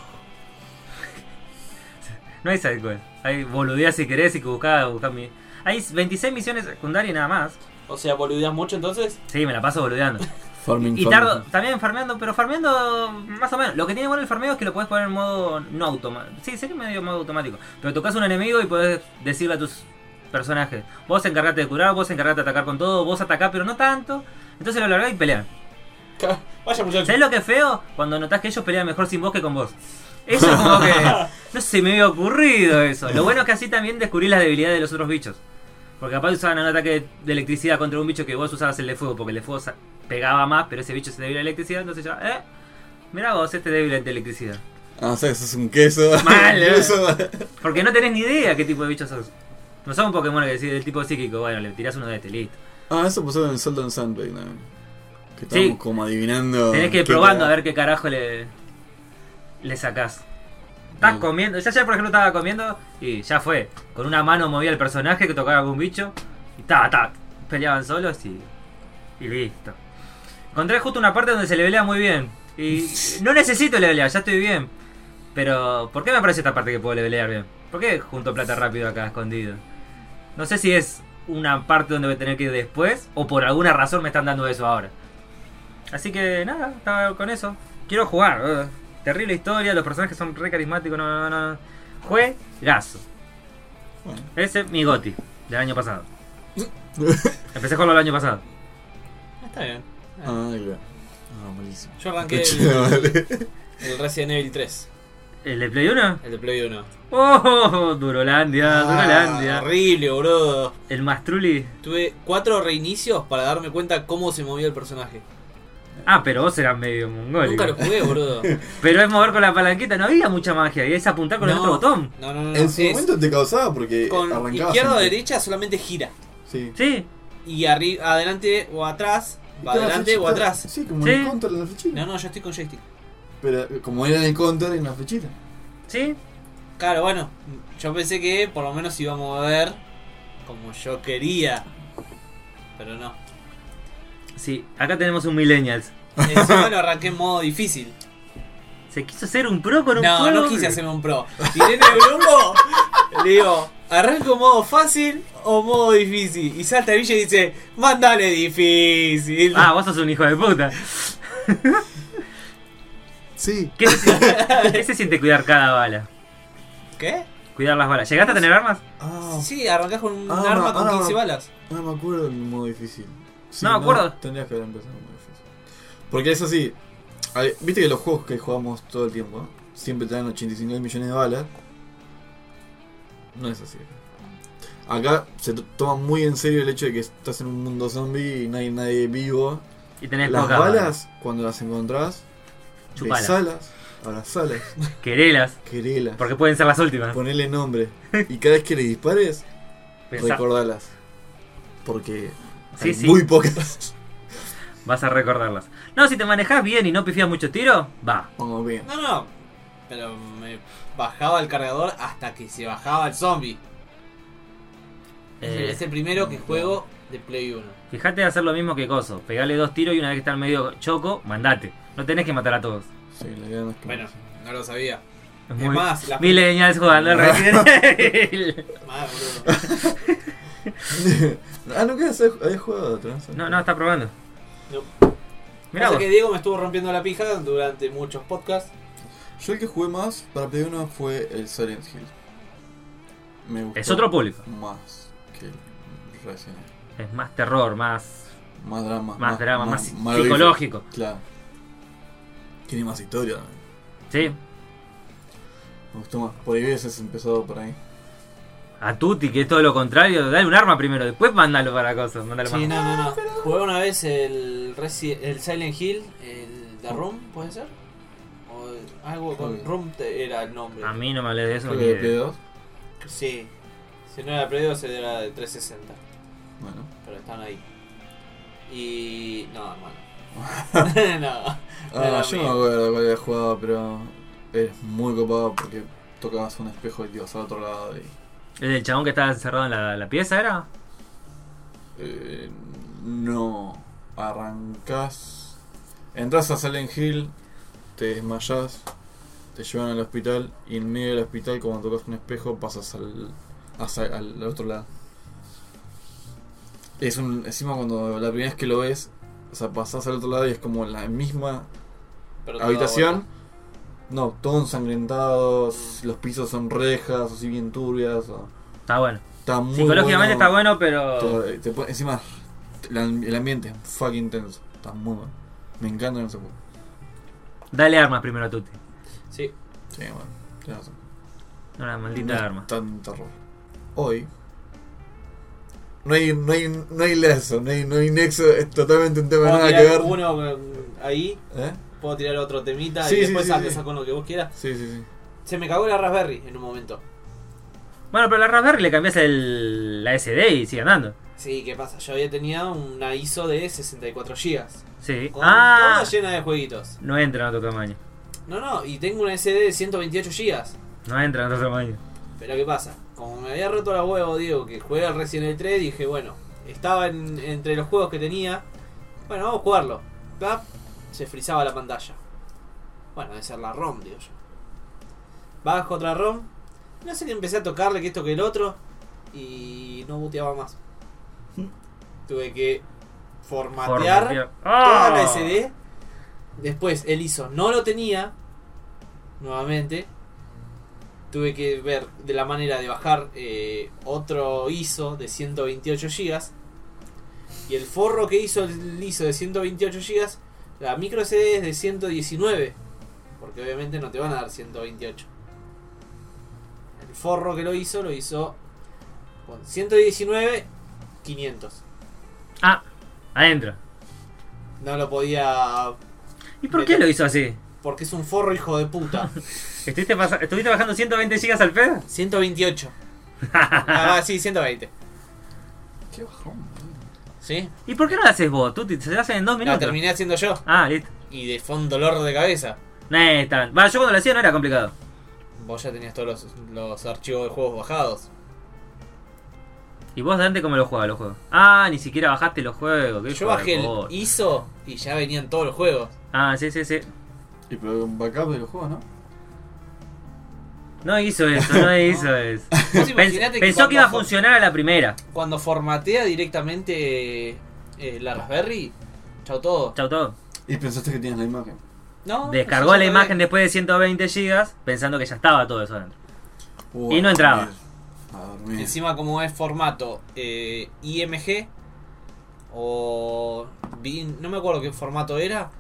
B: No hay sidequest. Hay boludeas si querés y que buscás, buscás mi... Hay 26 misiones secundarias y nada más.
C: o sea, boludeas mucho entonces.
B: Sí, me la paso boludeando.
A: Farming,
B: Y
A: farming.
B: tardo también farmeando, pero farmeando más o menos. Lo que tiene bueno el farmeo es que lo puedes poner en modo no automático. Sí, sé que es medio modo automático. Pero tocas un enemigo y podés decirle a tus personajes: Vos encargate de curar, vos encargate de atacar con todo, vos atacás, pero no tanto. Entonces lo largás y pelean.
C: Vaya, muchacho.
B: ¿Sabés lo que es feo? Cuando notás que ellos pelean mejor sin vos que con vos. Eso es como que. No se me había ocurrido eso. Lo bueno es que así también descubrís las debilidades de los otros bichos. Porque capaz usaban un ataque de electricidad contra un bicho que vos usabas el de fuego, porque el de fuego sa- pegaba más, pero ese bicho se débil a la electricidad, entonces ya, eh, mirá vos, este débil ante electricidad.
A: Ah, o sea, eso es un queso.
B: Mal, eh.
A: Queso.
B: Porque no tenés ni idea qué tipo de bichos sos. No son un Pokémon que decís del tipo psíquico, bueno, le tirás uno de este, listo.
A: Ah, eso pasó en Salt and Sandbag también. Que estábamos como adivinando.
B: Tenés que ir
A: qué
B: probando a
A: cagada.
B: ver qué carajo le, le sacás. Estás
A: Mm.
B: comiendo, ya ayer por ejemplo estaba comiendo y ya fue. Con una mano movía el personaje que tocaba algún bicho y ta, ta, peleaban solos y, y listo. Encontré justo una parte donde se levelea muy bien. Y no necesito levelear, ya estoy bien. Pero, ¿por qué me aparece esta parte que puedo levelear bien? ¿Por qué junto plata rápido acá escondido? No sé si es una parte donde voy a tener que ir después o por alguna razón me están dando eso ahora. Así que nada, estaba con eso. Quiero jugar. eh. Terrible historia, los personajes son re carismáticos, no, no, no. Juegazo.
A: Bueno.
B: Ese es mi goti del año pasado. Empecé a jugarlo el año pasado.
C: Ah, Está bien.
A: Ah, ahí va. Ah, malísimo.
C: Yo arranqué
A: Che,
C: el,
A: vale.
C: el Resident Evil 3,
B: ¿El de Play 1?
C: el de Play 1.
B: ¡Oh! Durolandia,
C: Ah, ¿eh?
B: Durolandia.
C: horrible, boludo.
B: El Mastruli.
C: Tuve cuatro reinicios para darme cuenta cómo se movía el personaje.
B: Ah, pero vos eras medio mongólico.
C: Nunca lo jugué, boludo.
B: Pero es mover con la palanquita, no había mucha magia. Y es apuntar con el otro botón.
C: No, no, no. no.
A: En su
C: Es
A: momento te causaba porque
C: con
A: arrancabas.
C: izquierda o
A: en-
C: derecha solamente gira.
A: Sí.
B: Sí,
C: Y arri- adelante o atrás.
A: Y
C: Va
A: toda la
C: adelante o
A: flechita-
C: atrás.
A: Sí, como
B: Sí.
A: en el counter en la flechita.
C: No, no, yo estoy con joystick.
A: Pero como era en el counter en la flechita.
B: sí.
C: Claro, bueno. Yo pensé que por lo menos iba a mover como yo quería. Pero no.
B: Sí, acá tenemos un Millennials.
C: Encima lo arranqué en modo difícil.
B: Se quiso hacer un pro con un
C: No,
B: juego.
C: no quise hacerme un pro. Tiré en el grupo. Le digo, arranco modo fácil o modo difícil. Y salta Villa y dice, mandale difícil.
B: Ah, vos sos un hijo de puta.
A: Sí.
B: ¿Qué se, siente- qué se siente cuidar cada bala?
C: ¿Qué?
B: Cuidar las balas. ¿Llegaste a tener armas?
A: Ah,
C: Sí, arrancás con un
A: Ah,
C: arma
A: ah,
C: con
A: ah,
C: 15
A: ah.
C: balas.
A: no me acuerdo del modo difícil. Sí,
B: No me acuerdo.
A: Tendrías que haber empezado en modo difícil. Porque es así. a ver, Viste que los juegos que jugamos todo el tiempo ¿no? siempre te dan 85 millones de balas. No es así. Acá se to- toma muy en serio el hecho de que estás en un mundo zombie y no hay nadie vivo.
B: Y tenés
A: las
B: pocas
A: balas, cuando las encontrás,
B: Chupalas.
A: besalas, abrazalas,
B: Querelas.
A: querelas,
B: Porque pueden ser las últimas.
A: ponele nombre. Y cada vez que le dispares,
B: Pensá-
A: recordalas. Porque
B: Sí,
A: hay
B: sí.
A: muy pocas.
B: Vas a recordarlas. No, si te manejás bien y no pifias mucho tiro, va.
A: Vamos Oh, bien.
C: No, no. Pero me bajaba el cargador hasta que se bajaba el zombie. Es el-
B: Eh,
C: es el primero que juego de Play 1.
B: Fijate de hacer lo mismo que Coso. Pegale dos tiros y una vez que está en medio choco, mandate. No tenés que matar a todos.
A: Sí, la idea no es que-
C: Bueno, no lo sabía.
B: Es
C: Es más, la-
B: Millennials jugando al Resident Evil.
C: Mal, boludo.
A: ah, nunca has, habías jugado otro.
B: No, no, está probando.
C: No.
B: Mirá
C: Pasa
B: vos.
C: que Diego me estuvo rompiendo la pija durante muchos podcasts.
A: Yo el que jugué más para Play 1 fue el Silent Hill. Me gustó
B: Es otro público.
A: Más que el Resident Evil.
B: Es más terror, más,
A: Más drama.
B: más, drama, más,
A: malorife.
B: psicológico.
A: Claro. Tiene más historia también.
B: Sí.
A: Me gustó más. Por ahí hubieses empezado por ahí.
B: A Tuti, que es todo lo contrario, dale un arma primero, después mándalo para cosas, mándalo
C: Sí,
B: más.
C: no, no, no. Jugué una vez el, Resi- el Silent Hill, el The Room, ¿puede ser? O el- algo con
A: Joder.
C: Room te- era el nombre.
B: A mí no me hables de eso.
A: Creo
B: ni
A: que de
B: de-
A: Play 2.
C: Sí. Si no era Play 2, era de 360.
A: Bueno.
C: Pero están ahí. Y. No, hermano. no.
A: Ah,
C: Era
A: yo no
C: mío.
A: me acuerdo cuál había jugado, pero es muy copado porque tocabas un espejo y te ibas al otro lado y.
B: ¿El del chabón que estaba encerrado en la, la pieza era?
A: Eh, no. Arrancás. Entras a Silent Hill, te desmayás, te llevan al hospital y en medio del hospital, cuando tocas un espejo, pasas al, hacia- al otro lado. Es un. Encima, cuando la primera vez que lo ves, o sea, pasás al otro lado y es como la misma
C: Pero todo
A: habitación. No, todo ensangrentado, s- los pisos son rejas, así bien turbias. o-
B: Está bueno.
A: Está muy
B: Psicológicamente está bueno, pero.
A: Todo, eh, te pone- encima, la- el ambiente es fucking tenso. Está muy bueno. Me encanta en ese juego.
B: Dale armas primero a Tuti.
C: vuelta. Sí.
A: Sí, bueno, tenés razón.
B: Una
A: No
B: maldita
A: es
B: arma.
A: Tan terror. Hoy. No hay, no hay, no hay lazo, no hay, no hay nexo, es totalmente un tema
C: Puedo
A: nada que ver.
C: tirar uno con- ahí,
A: ¿Eh?
C: puedo tirar otro temita
A: Sí,
C: y
A: sí,
C: después
A: sí,
C: ah,
A: sí.
C: empezás con lo que vos quieras.
A: Sí, sí, sí.
C: Se me cagó la Raspberry en un momento.
B: Bueno, pero a la Raspberry le cambias el, la SD y sigue andando.
C: Sí, ¿qué pasa? Yo había tenido una ISO de 64 GB.
B: Sí.
C: Con
B: Ah,
C: toda llena de jueguitos.
B: no entra en otro tamaño.
C: No, no, y tengo una SD de 128 GB.
B: No entra en otro tamaño.
C: Pero ¿qué pasa? Como me había roto la huevo, digo, que jugué al Resident Evil 3, dije, bueno, estaba en- entre los juegos que tenía. Bueno, vamos a jugarlo. Pap, se frizaba la pantalla. Bueno, debe ser la ROM, digo yo. Bajo otra ROM. No sé que empecé a tocarle que esto que el otro. Y no booteaba más. Tuve que formatear
B: Formatear.
C: toda la
B: ¡Ah!
C: SD. ¿eh? Después el ISO no lo tenía. Nuevamente. Tuve que ver de la manera de bajar eh, otro ISO de 128 GB. Y el forro que hizo el ISO de 128 GB, la micro SD es de 119. Porque obviamente no te van a dar 128. El forro que lo hizo, lo hizo con 119, 500.
B: Ah, adentro.
C: No lo podía
B: ¿Y por qué lo hizo así?
C: Porque es un forro hijo de puta.
B: ¿Estuviste, pasa- estuviste bajando 120 gigas al pedo?
C: 128. Ah, sí, 120.
A: Qué bajón,
C: ¿Sí?
B: ¿Y por qué no lo haces vos, Tuti? Se lo hacen en dos
C: La
B: minutos.
C: terminé haciendo yo.
B: Ah, listo.
C: Y de fue un dolor de cabeza.
B: No es tan- Va, yo cuando lo hacía no era complicado.
C: Vos ya tenías todos los, los archivos de juegos bajados.
B: ¿Y vos, Dante, cómo lo jugabas los juegos? Ah, ni siquiera bajaste los juegos. qué
C: Yo
B: hijo de
C: bajé el
B: puta.
C: ISO y ya venían todos los juegos.
B: Ah, sí, sí, sí.
A: Y pero con backup de los juegos, ¿no?
B: No hizo eso, no hizo eso.
C: Vos
B: Pens-
C: imaginate
B: pensó que iba a
C: cuando-
B: funcionar a la primera.
C: Cuando formatea directamente eh, la Raspberry, chao todo.
B: Chau, todo.
A: Y pensaste que tienes la imagen.
C: No,
B: Descargó
C: yo
B: la
C: ya
B: imagen
C: sabía.
B: después de 120 gigas pensando que ya estaba todo eso adentro.
A: Uh,
B: Y
A: a
B: no entraba.
A: dormir. A dormir.
C: Encima, como es formato eh, IMG o. bin- no me acuerdo qué formato era,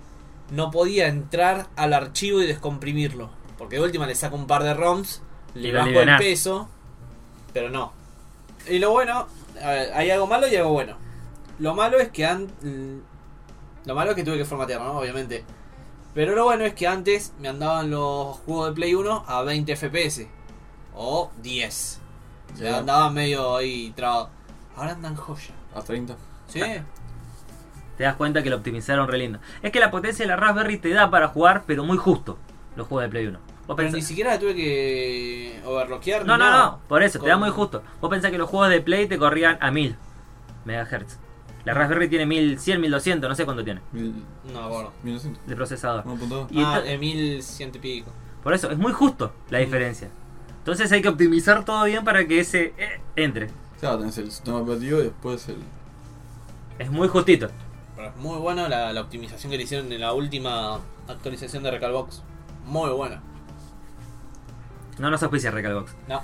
C: no podía entrar al archivo y descomprimirlo. Porque de última le saco un par de ROMs,
B: Y
C: le
B: lo
C: bajo el
B: alivianás.
C: peso, pero no. Y lo bueno, a ver, hay algo malo y algo bueno. Lo malo es que an- mm, Lo malo es que tuve que formatear, ¿no? Obviamente. Pero lo bueno es que antes me andaban los juegos de Play 1 a 20 FPS. O 10. Se
A: Ya,
C: andaban medio ahí trabado. Ahora andan joya.
A: A 30.
C: ¿Sí?
B: Ah. Te das cuenta que lo optimizaron re lindo. Es que la potencia de la Raspberry te da para jugar, pero muy justo los juegos de Play 1. Vos
C: Pero
B: pensás-
C: ni siquiera tuve que overloquear.
B: No,
C: ni
B: no,
C: nada.
B: no, por eso, te da
C: Con-
B: muy justo. Vos pensás que los juegos de Play te corrían a 1000 MHz. La Raspberry tiene 1100, 1200, no sé cuánto tiene
A: Mil-
C: No me acuerdo.
A: 1900.
B: de procesador.
A: 1.2.
B: Y
C: ah,
B: ento-
C: de 1100 y pico.
B: Por eso, es muy justo la diferencia. Entonces hay que optimizar todo bien para que ese eh, entre.
A: Claro, tenés el sistema operativo y después el.
B: Es muy justito.
C: Pero es muy bueno la, la optimización que le hicieron en la última actualización de Recalbox. Muy buena.
B: No nos auspicia Recalbox.
C: No.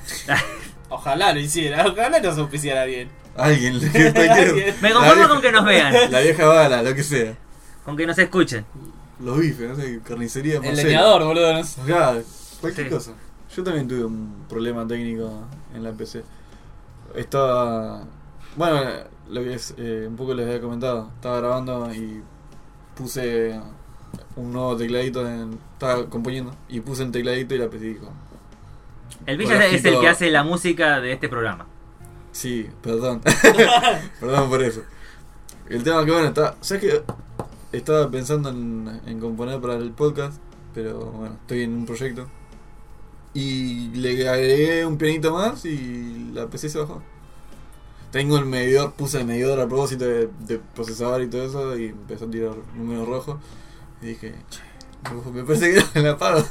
C: Ojalá lo hiciera, ojalá nos auspiciara bien.
A: Alguien le que está
C: Alguien.
B: Me
A: La
B: conformo
A: vieja-
B: con que nos vean,
A: La vieja bala, lo que sea.
B: con que nos escuchen.
A: Los bifes, no sé, carnicería,
C: El
A: Marcelo.
C: leñador, boludo. no sé.
A: Acá, cualquier
B: Sí.
A: cosa. Yo también tuve un problema técnico en la PC. Estaba. Bueno, lo que es. eh, un poco les había comentado. Estaba grabando y puse un nuevo tecladito. En, estaba componiendo y puse el tecladito y la PC dijo:
B: El Villa es
A: Corajito.
B: el que hace la música de este programa.
A: Sí, perdón. perdón por eso. El tema que bueno, está. ¿Sabes que Estaba pensando en, en componer para el podcast, pero bueno, estoy en un proyecto. Y le agregué un pianito más y la PC se bajó. Tengo el medidor, puse el medidor a propósito de, de procesador y todo eso, y empezó a tirar números rojos. Y dije, "Che, me parece que la apago.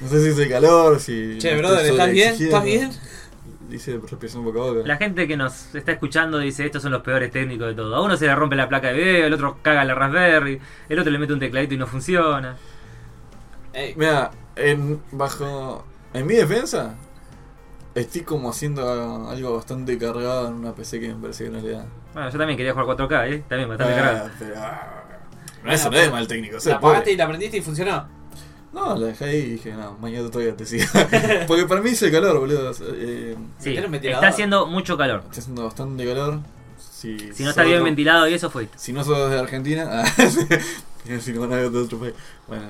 A: No sé si hace calor, si.
C: Che,
A: me
C: brother,
A: estoy
C: ¿estás bien?
A: sobreexigiendo.
C: ¿Estás bien?
A: Dice respiración boca a boca.
B: La gente que nos está escuchando dice, estos son los peores técnicos de todo. A uno se le rompe la placa de video, el otro caga la Raspberry, el otro le mete un tecladito y no funciona.
C: Ey,
A: Mira, en, bajo. En mi defensa, estoy como haciendo algo bastante cargado en una PC que me parece que no le da.
B: Bueno, yo también quería jugar 4K, ¿eh? También bastante
A: Ah,
B: cargado.
A: pero. ah, eso no es mal técnico, se
C: la apagaste
A: puede.
C: y la aprendiste y funcionó.
A: No, la dejé ahí y dije, no, mañana todavía te sigo. Porque para mí hice calor, boludo. Eh,
B: Sí,
C: Metele un ventilador.
B: está haciendo mucho calor.
A: está haciendo bastante calor. Si,
B: Si no está bien
A: ventilado
B: ventilado y eso fuiste.
A: Si no sos de Argentina, ah, si no nadie de otro país. Bueno,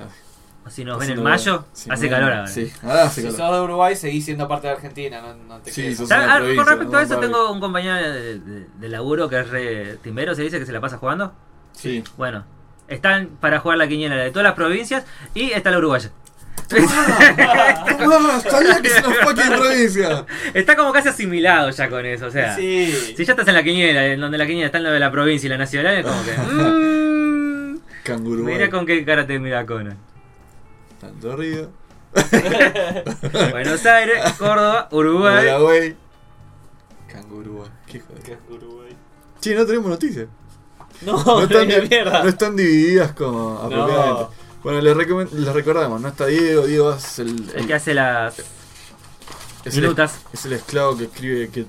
B: O si nos ven en
A: haciendo-
B: mayo,
A: si
B: hace
A: no-
B: calor ahora.
A: Sí, ahora hace
C: Si
A: calor.
C: sos de Uruguay, seguís siendo parte de Argentina, no, no te
A: Sí,
C: quedes.
A: sos-
B: ¿Sabes?
A: una
B: Ah,
A: provincia,
B: Con respecto a
A: ¿no?
B: eso,
A: Barbie.
B: tengo un compañero de, de- de laburo que es re timbero, se dice que se la pasa jugando.
A: Sí.
B: Bueno, están para jugar la quiniela de todas las provincias y está la uruguaya.
A: ¡Ah! ¡Sabía que es una fucking provincia!
B: Está como casi asimilado ya con eso, o sea.
C: Sí.
B: Si ya estás en la quiniela, en donde la quiniela está en lo de la provincia y la nacional, es como que. mm,
A: Cangurú.
B: mira con qué cara te mira Conan.
A: Tanto Río.
B: Buenos Aires, Córdoba, Uruguay.
A: Hola, güey. Cangurú. Qué hijo de-
C: Que es Uruguay.
A: Che, no tenemos noticias.
C: No,
B: Oh,
A: No están,
C: de
A: di-
C: mierda.
A: no están divididas como apropiadamente. Bueno, les, recomen- les recordamos, no está Diego, Diego es el,
B: El
A: el-
B: que hace las
A: es el-
B: minutas.
A: es el esclavo que escribe que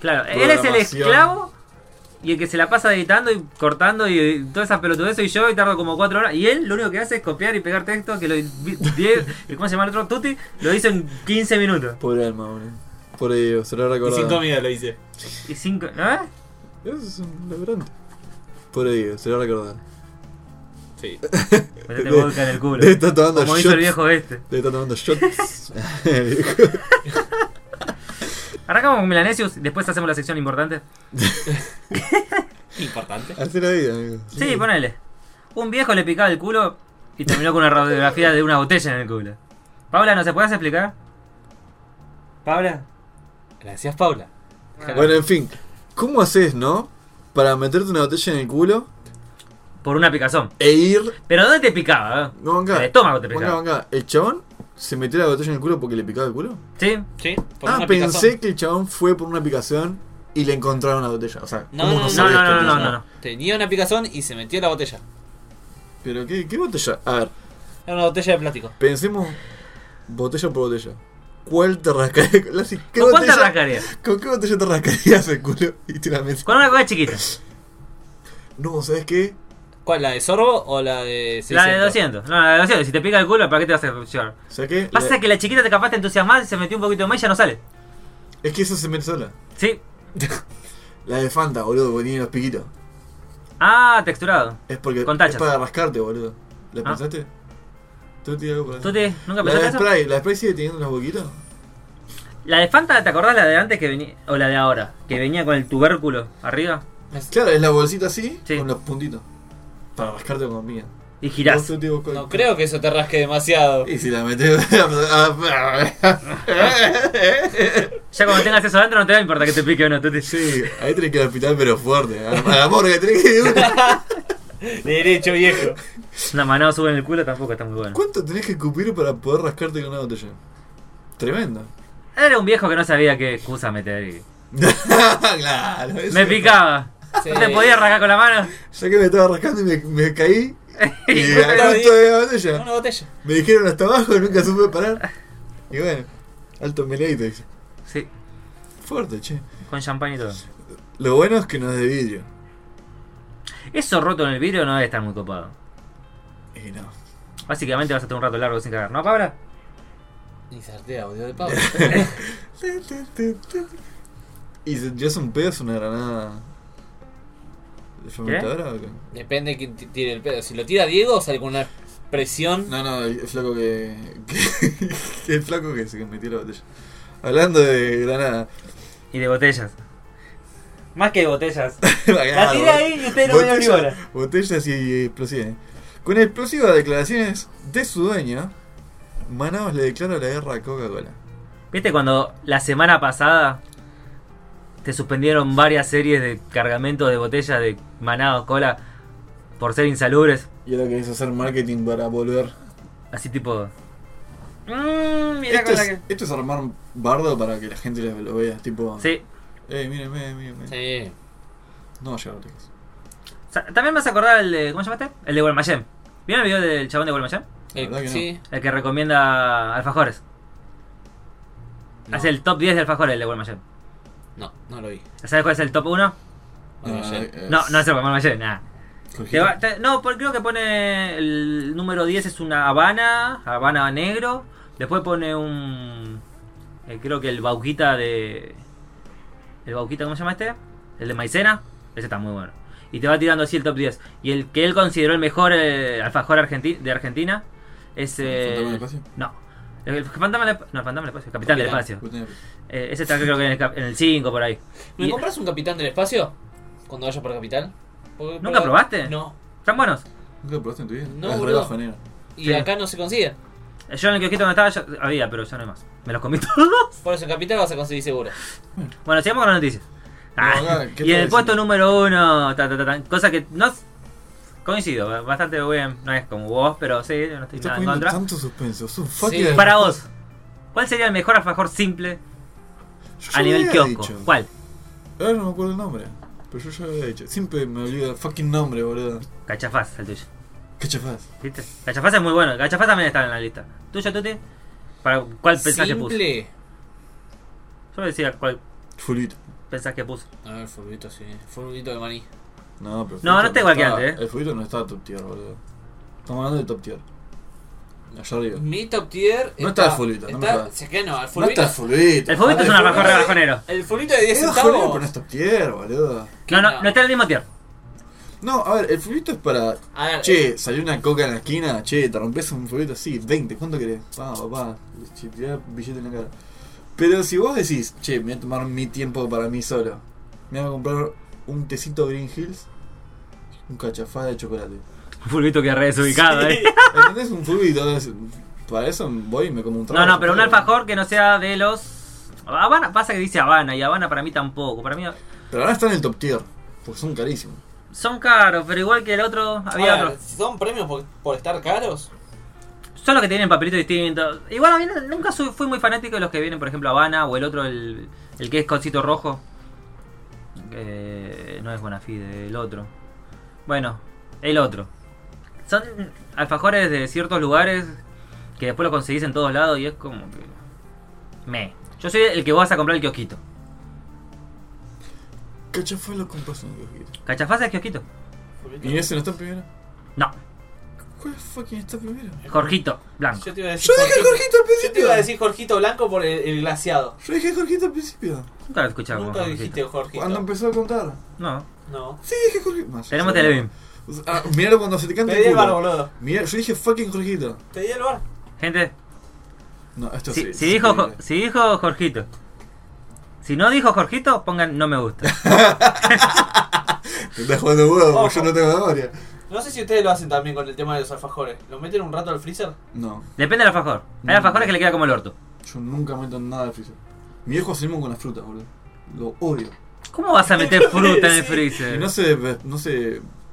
B: Claro, él es el
A: programación.
B: esclavo y el que se la pasa editando y cortando y, y toda esa pelotudez soy yo y tardo como cuatro horas. Y él lo único que hace es copiar y pegar texto que lo. die- ¿Cómo se llama el otro? Tuti lo hizo en 15 minutos.
A: Pobre alma, boludo. Pobre Diego, se lo ha
C: Y sin
A: recordado.
C: comida lo hice.
B: Y cinco. ¿Ah?
A: Eso es un laburante. Pobre Diego, se lo ha recordado.
C: Sí.
B: Metete
A: De-
B: vodka en el culo.
A: Le está tomando
B: Como hizo
A: shots.
B: el viejo este.
A: Le está tomando shots.
B: Arrancamos con Milanesius, después hacemos la sección importante.
C: Importante.
A: Así la vida, amigo.
B: Sí, ponele. Un viejo le picaba el culo y terminó con una radiografía de una botella en el culo. Paula, ¿no se puedes explicar? Paula.
C: Gracias, Paula.
A: Bueno, en fin, ¿cómo haces, no? Para meterte una botella en el culo
B: Por una picazón.
A: e ir.
B: ¿Pero dónde te picaba? eh?
A: No,
B: En El
A: acá.
B: estómago te
A: Banca,
B: picaba.
A: banca. El chabón se metió la botella en el culo porque le picaba el culo.
B: Sí.
C: Sí, por
A: Ah,
C: una
A: pensé
C: picazón.
A: que el chabón fue por una picazón y le encontraron la botella. O sea, ¿cómo
C: No, no,
A: no
C: no,
B: No,
A: sabes
B: no,
A: que
B: no,
A: te-
B: no, no. no.
C: Tenía una picazón y se metió en la botella.
A: Pero qué, qué botella. A ver,
C: Era una botella de plástico.
A: pensemos botella por botella. ¿Cuál te rascaría? La- si- ¿Qué
B: ¿Con cuál te
A: botella-
B: rascarías?
A: ¿Con qué botella te rascarías el culo? Y te la metes.
B: Con una cosa chiquita.
A: No, ¿sabes qué?
C: ¿Cuál? ¿La de sorbo o la de 600?
B: La de 200. No, la de 200. Si te pica el culo, ¿para qué te vas a llevar?
A: ¿Sabes qué?
B: Pasa
A: La-
B: que la chiquita te capaz te entusiasmás, se metió un poquito más y ya no sale.
A: Es que eso se mete sola.
B: Sí.
A: La de Fanta, boludo, porque tiene los piquitos.
B: Ah, texturado.
A: Es porque
B: Con tachas.
A: es para rascarte, boludo. ¿La
B: Ah.
A: pensaste? ¿Tú tienes algo para
B: ¿Tú te, nunca
A: ¿La
B: pensaste
A: de
B: eso?
A: Sprite? ¿La de Sprite sigue teniendo los boquitos?
B: ¿La de Fanta te acordás la de antes que venía? O la de ahora, que venía con el tubérculo arriba
A: Claro, es la bolsita así,
B: Sí.
A: con los puntitos. Para rascarte con comida.
B: y girás.
A: Vos, Tuti, vos,
C: No
A: Coy.
C: creo que eso te rasque demasiado.
A: Y si la metes.
B: Ya cuando tengas eso adentro no te va a importar que te pique o no, Tuti.
A: sí, ahí tenés que ir al hospital, pero fuerte. A la a la morgue tenés que ir. de una.
C: Derecho, viejo.
B: Una manada sube en el culo tampoco está muy bueno.
A: ¿Cuánto tenés que escupir para poder rascarte con una botella? Tremendo.
B: Era un viejo que no sabía qué excusa meter y...
A: claro. eso.
B: Me picaba.
C: Sí.
B: No te podías rascar con la mano.
A: Ya que me estaba rascando y me, me caí. Y
B: Y
A: agarré
C: justo
A: todo de la botella.
C: Una botella.
A: Me dijeron hasta abajo y nunca supe parar. Y bueno, alto Melatex.
B: Sí,
A: Fuerte, che.
B: con champagne y todo.
A: Lo bueno es que no es de vidrio.
B: Eso roto en el vidrio no debe estar muy copado.
A: Y no.
B: Básicamente vas a tener un rato largo sin cagar, ¿no, cabra?
C: Y sartea, audio de Pablo.
A: ¿Y si ya es un pedo, es una granada de fomentadora o qué?
C: Depende quién ti- tire el pedo. Si lo tira Diego, sale con una presión.
A: No, no, el flaco que. que- que el flaco que se metió la botella. Hablando de granada.
B: Y de botellas. Más que de botellas. La
A: Ah,
B: tiré ahí y ustedes no me dieron ni
A: botellas,
B: bola.
A: botellas y explosivos. Con explosivas declaraciones de su dueño, Manaus le declara la guerra a Coca-Cola.
B: ¿Viste cuando la semana pasada te suspendieron varias series de cargamento de botellas de manado, cola, por ser insalubres?
A: Y ahora querés hacer marketing para volver.
B: Así tipo... Mmm, mira
A: Esto
B: con la
A: es, esto es armar bardo para que la gente lo, lo vea. Tipo,
B: que... Sí.
A: eh, mírenme, mírenme.
C: Sí.
A: No va a llegar lejos.
B: O sea, También me vas a acordar el de... ¿Cómo se llamaste? El de Guarmayem. ¿Vieron el video del chabón de Guarmayem?
A: La verdad que
C: Eh, sí.
B: El que recomienda alfajores.
C: No.
B: Hace el top 10 de alfajores el de Guarmayem.
C: No, no lo vi.
B: ¿Sabes cuál es el top 1?
C: No, lo sé.
A: eh,
B: No, no es el Guarmayem, nada. Te
A: Jorgito.
B: va- te- no, por- creo que pone el número 10 es una Habana, Habana negro. Después pone un. eh, creo que el Bauquita de. El Bauquita, ¿cómo se llama este? El de Maicena. Ese está muy bueno. Y te va tirando así el top 10. Y el que él consideró el mejor eh, alfajor argenti- de Argentina es. eh,
A: ¿Fantasma del espacio?
B: No. El, el fantasma del, no, el fantasma del espacio, el capitán del
C: Capitán.
B: espacio.
A: Puta madre.
B: Eh, ese está creo que en el, cap- en el 5 por ahí.
C: ¿Me
B: Y-
C: compras un capitán del espacio? Cuando vayas por capital. Porque-
B: ¿Nunca
C: pero-
B: probaste?
C: No.
B: ¿Están buenos?
A: ¿Nunca lo probaste en tu vida?
C: No,
A: Ah, es re
C: boludo.
A: bajonero.
C: Y
B: Sí.
C: acá no se consigue.
B: Eh, Yo en el kiosquito donde estaba yo- había, pero ya no hay más. Me los comí todos.
C: Por eso en capital vas a conseguir seguro.
B: Bueno, sigamos con las noticias. Ah,
A: No, acá, ¿qué
B: y en
A: te voy
B: el
A: a
B: puesto
A: decir?
B: número uno, ta, ta, ta, ta, cosa que no s- coincido, bastante bien, no es como vos, pero sí, no estoy
A: Estás
B: nada en
A: poniendo
B: contra.
A: tanto suspenso. Es un
C: Sí.
A: fucking.
B: Para vos, ¿cuál sería el mejor alfajor simple
A: Yo ya
B: a
A: lo
B: nivel
A: había
B: kiosco?
A: dicho.
B: ¿Cuál?
A: Ahora no me acuerdo el nombre. Pero yo ya lo había dicho. Siempre me olvido el fucking nombre, boludo.
B: Cachafaz, el tuyo.
A: ¿Qué chafás?
B: ¿Viste? Cachafaz es muy bueno, Cachafaz también está en la lista. ¿Tuyo, Tuti? ¿Para cuál pensás que puso?
C: Simple.
B: Yo decía cuál
A: Fulito.
B: pensás que puso.
C: A ver, fulbito, sí. Fulbito de maní.
A: No, pero.
B: No, no está igual que antes, eh.
A: El fulito no está top tier, boludo. Estamos hablando de top tier. Allá arriba.
C: Mi top tier.
A: No está el fulbito, no me
C: está-
A: jodas.
C: si es que no, el
A: No
C: fulbito.
A: está fulito.
B: El Fobito es un alfajor
C: fulbito-
B: rebajonero.
C: el fulbito de 10
A: Es fulito, pero
C: centavos.
A: no es top tier, boludo.
C: ¿Qué
B: No, no,
C: no?
B: no está en el mismo tier.
A: No, a ver, el fulito es para.
C: A ver,
A: Che, salió una coca en la esquina. Che, te rompes un fulito así, 20. ¿Cuánto querés? Pa, papá. Che, tirá billete en la cara. Pero si vos decís, che, me voy a tomar mi tiempo para mí solo. Me voy a comprar un tecito Green Hills. Un cachafá de chocolate.
B: Un fulbito que re desubicado, eh.
A: ¿Entendés? Un fulito. entonces, Para eso voy y me como un trago.
B: No, no, pero un
A: boludo.
B: alfajor que no sea de los. Habana, pasa que dice Habana, y Habana para mí tampoco. Para mí
A: Pero ahora está en el top tier. Porque son carísimos.
B: son caros, pero igual que el otro, había
C: ahora,
B: otros.
C: ¿Son premios por, por estar caros?
B: Son los que tienen papelitos distintos. Igual a mí no- nunca su- fui muy fanático de los que vienen, por ejemplo, Habana o el otro, el, el que es cosito rojo. Eh, no es Bonafide, el otro. Bueno, el otro. Son alfajores de ciertos lugares que después los conseguís en todos lados y es como que. Me. Yo soy el que vas a comprar el kiosquito.
A: Cachafá lo compras en el kiosquito.
B: ¿Cachafaz es kiosquito?
A: ¿Y ese no está en primera?
B: No.
A: ¿Cuál fucking está en primera?
B: Jorgito, blanco.
C: Yo te iba a decir.
A: Yo dije Jorgito al
C: Yo te iba a
A: principio.
C: decir Jorgito Blanco por el, el glaciado.
A: Yo dije Jorgito al principio.
B: Nunca lo escuchaba como
C: Nunca
B: Jorgito.
C: dijiste Jorgito.
A: Cuando empezó a contar.
B: No.
C: No.
A: Sí, dije Jorgito. No,
B: Tenemos
A: sí,
B: Televín.
A: no. Ah, miralo cuando se te canta
C: Pedí
A: el
C: el bar,
A: culo.
C: boludo.
A: Mirá, yo dije fucking Jorgito.
C: Pedí el bar.
B: Gente,
A: No, esto
B: si,
A: sí.
B: si dijo, Jo-
A: sí.
B: si dijo Jorgito. Si no dijo Jorgito, pongan no me gusta.
A: Te estás jugando huevo, porque yo
C: Ojo.
A: no tengo memoria.
C: No sé si ustedes lo hacen también con el tema de los alfajores. ¿Lo meten un rato al freezer?
B: Ah,
A: No,
B: Depende del alfajor. Hay
A: Mm.
B: alfajores que le queda como el orto.
A: yo nunca meto nada de freezer. Mi viejo hace limón con las frutas, boludo. Lo odio.
B: ¿Cómo vas a meter fruta en el
C: Sí.
A: Y
B: freezer?
A: no se, no se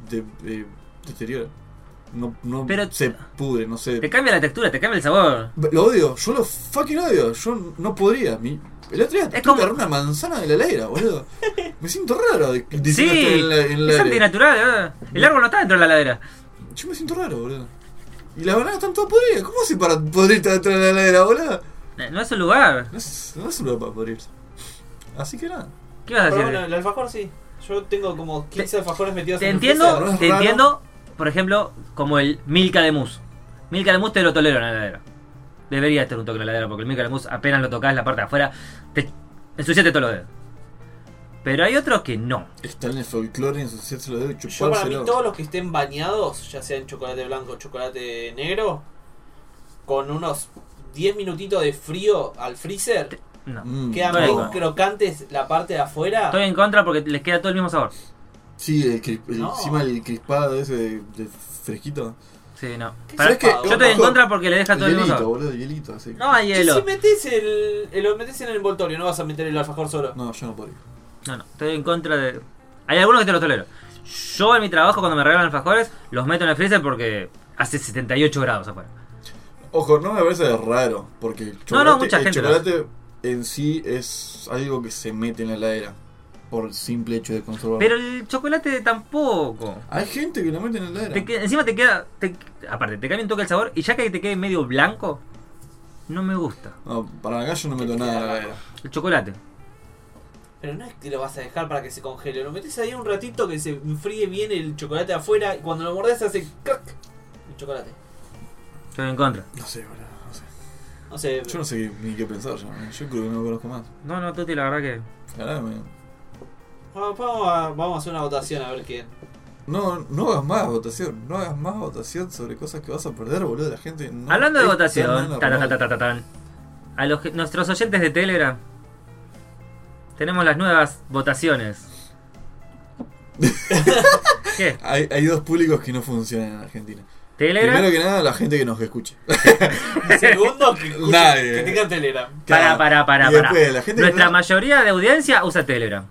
A: de, de- deteriora. No, no
B: Pero-
A: se pudre, no se...
B: Te cambia la textura, te cambia el sabor.
A: Lo odio, yo lo fucking odio, yo no podría. Mi... El otro día tuve que
B: como-
A: agarrar una manzana de la heladera, boludo. Me siento raro de- diciendo esto
B: Sí,
A: en la, en la
B: es
A: heladera.
B: antinatural. ¿verdad? El árbol no está dentro de la ladera.
A: Yo me siento raro, boludo. Y las bananas están todas podridas. ¿Cómo hace para podrir estar dentro de la heladera, boludo?
B: Eh, No es un lugar.
A: No es, no es un lugar para podrirse. Así que nada.
B: ¿Qué vas a
C: Pero
B: decir?
C: bueno, el alfajor sí. Yo tengo como 15 alfajores metidos
B: Te
C: en mi
B: entiendo,
A: pero es
B: te
A: raro.
B: entiendo, por ejemplo, como el Milka de Mousse. Milka de Mousse te lo tolero en la heladera. Debería estar un toque en la heladera, porque el Milka de Mousse apenas lo tocas la parte de afuera, te ensuciaste todos los dedos. Pero hay otros que no.
A: Está en el folclore, ensuciarse los dedos y chupárselo.
C: Yo para mí todos los que estén bañados, ya sea en chocolate blanco o chocolate negro, con unos 10 minutitos de frío al freezer,
B: No.
A: Mm,
C: quedan
B: no.
C: bien crocantes la parte de afuera.
B: Estoy en contra porque les queda todo el mismo sabor.
A: Sí, el cri- el-
C: No.
A: encima el crispado ese de, de fresquito.
B: Sí, no.
C: ¿Qué
B: Pará,
A: sabes qué?
B: yo estoy en
A: Ojo.
B: contra porque le deja
A: El
B: todo el mismo
A: hielito,
B: sabor.
A: boludo, el hielito. Así.
B: No hay
C: Y
B: hielo.
C: si metes el, el- lo metes en el envoltorio, no vas a meter el alfajor solo.
A: No, yo no podría.
B: No, no, estoy en contra de... Hay algunos que te los tolero. Yo en mi trabajo cuando me regalan alfajores los meto en el freezer porque hace 78 grados afuera.
A: Ojo, no me parece raro, porque el chocolate,
B: no, mucha
A: el
B: gente lo
A: chocolate en sí es algo que se mete en la heladera por el simple hecho de conservarlo.
B: Pero el chocolate tampoco.
A: Hay gente que lo mete en la heladera.
B: Te que- encima te queda. te- aparte, te cambia un toque el sabor y ya que te quede medio blanco, no me gusta.
A: No, para acá yo no meto nada en la heladera.
B: El chocolate.
C: Pero no es que lo vas a dejar para que se congele. Lo metes ahí un ratito que se enfríe bien el chocolate afuera y cuando lo mordés hace crack el chocolate.
B: Estoy en contra.
A: No sé, boludo, no sé.
C: No sé.
A: Yo no sé qué- ni qué pensar, yo, yo creo que no lo conozco más.
B: No, no, Tuti, la verdad que.
A: Cará, me-
C: Vamos vamos a, vamos a hacer una votación a ver quién.
A: No, no hagas más votación, no hagas más votación sobre cosas que vas a perder, boludo. La gente no
B: Hablando de
A: es
B: votación,
A: tan
B: tan, tan,
A: anormal.
B: tan, tan, tan. a los que- nuestros oyentes de Telegram, tenemos las nuevas votaciones. ¿Qué?
A: Hay, hay dos públicos que no funcionan en Argentina.
B: ¿Telegram?
A: Primero que nada, la gente que nos escuche.
C: Segundo, que, escuchen-
A: Nadie.
C: que tengan telera.
B: Para, para, para,
A: Y
B: para.
A: después, la gente que
B: Nuestra
A: no-
B: mayoría de audiencia usa Telegram.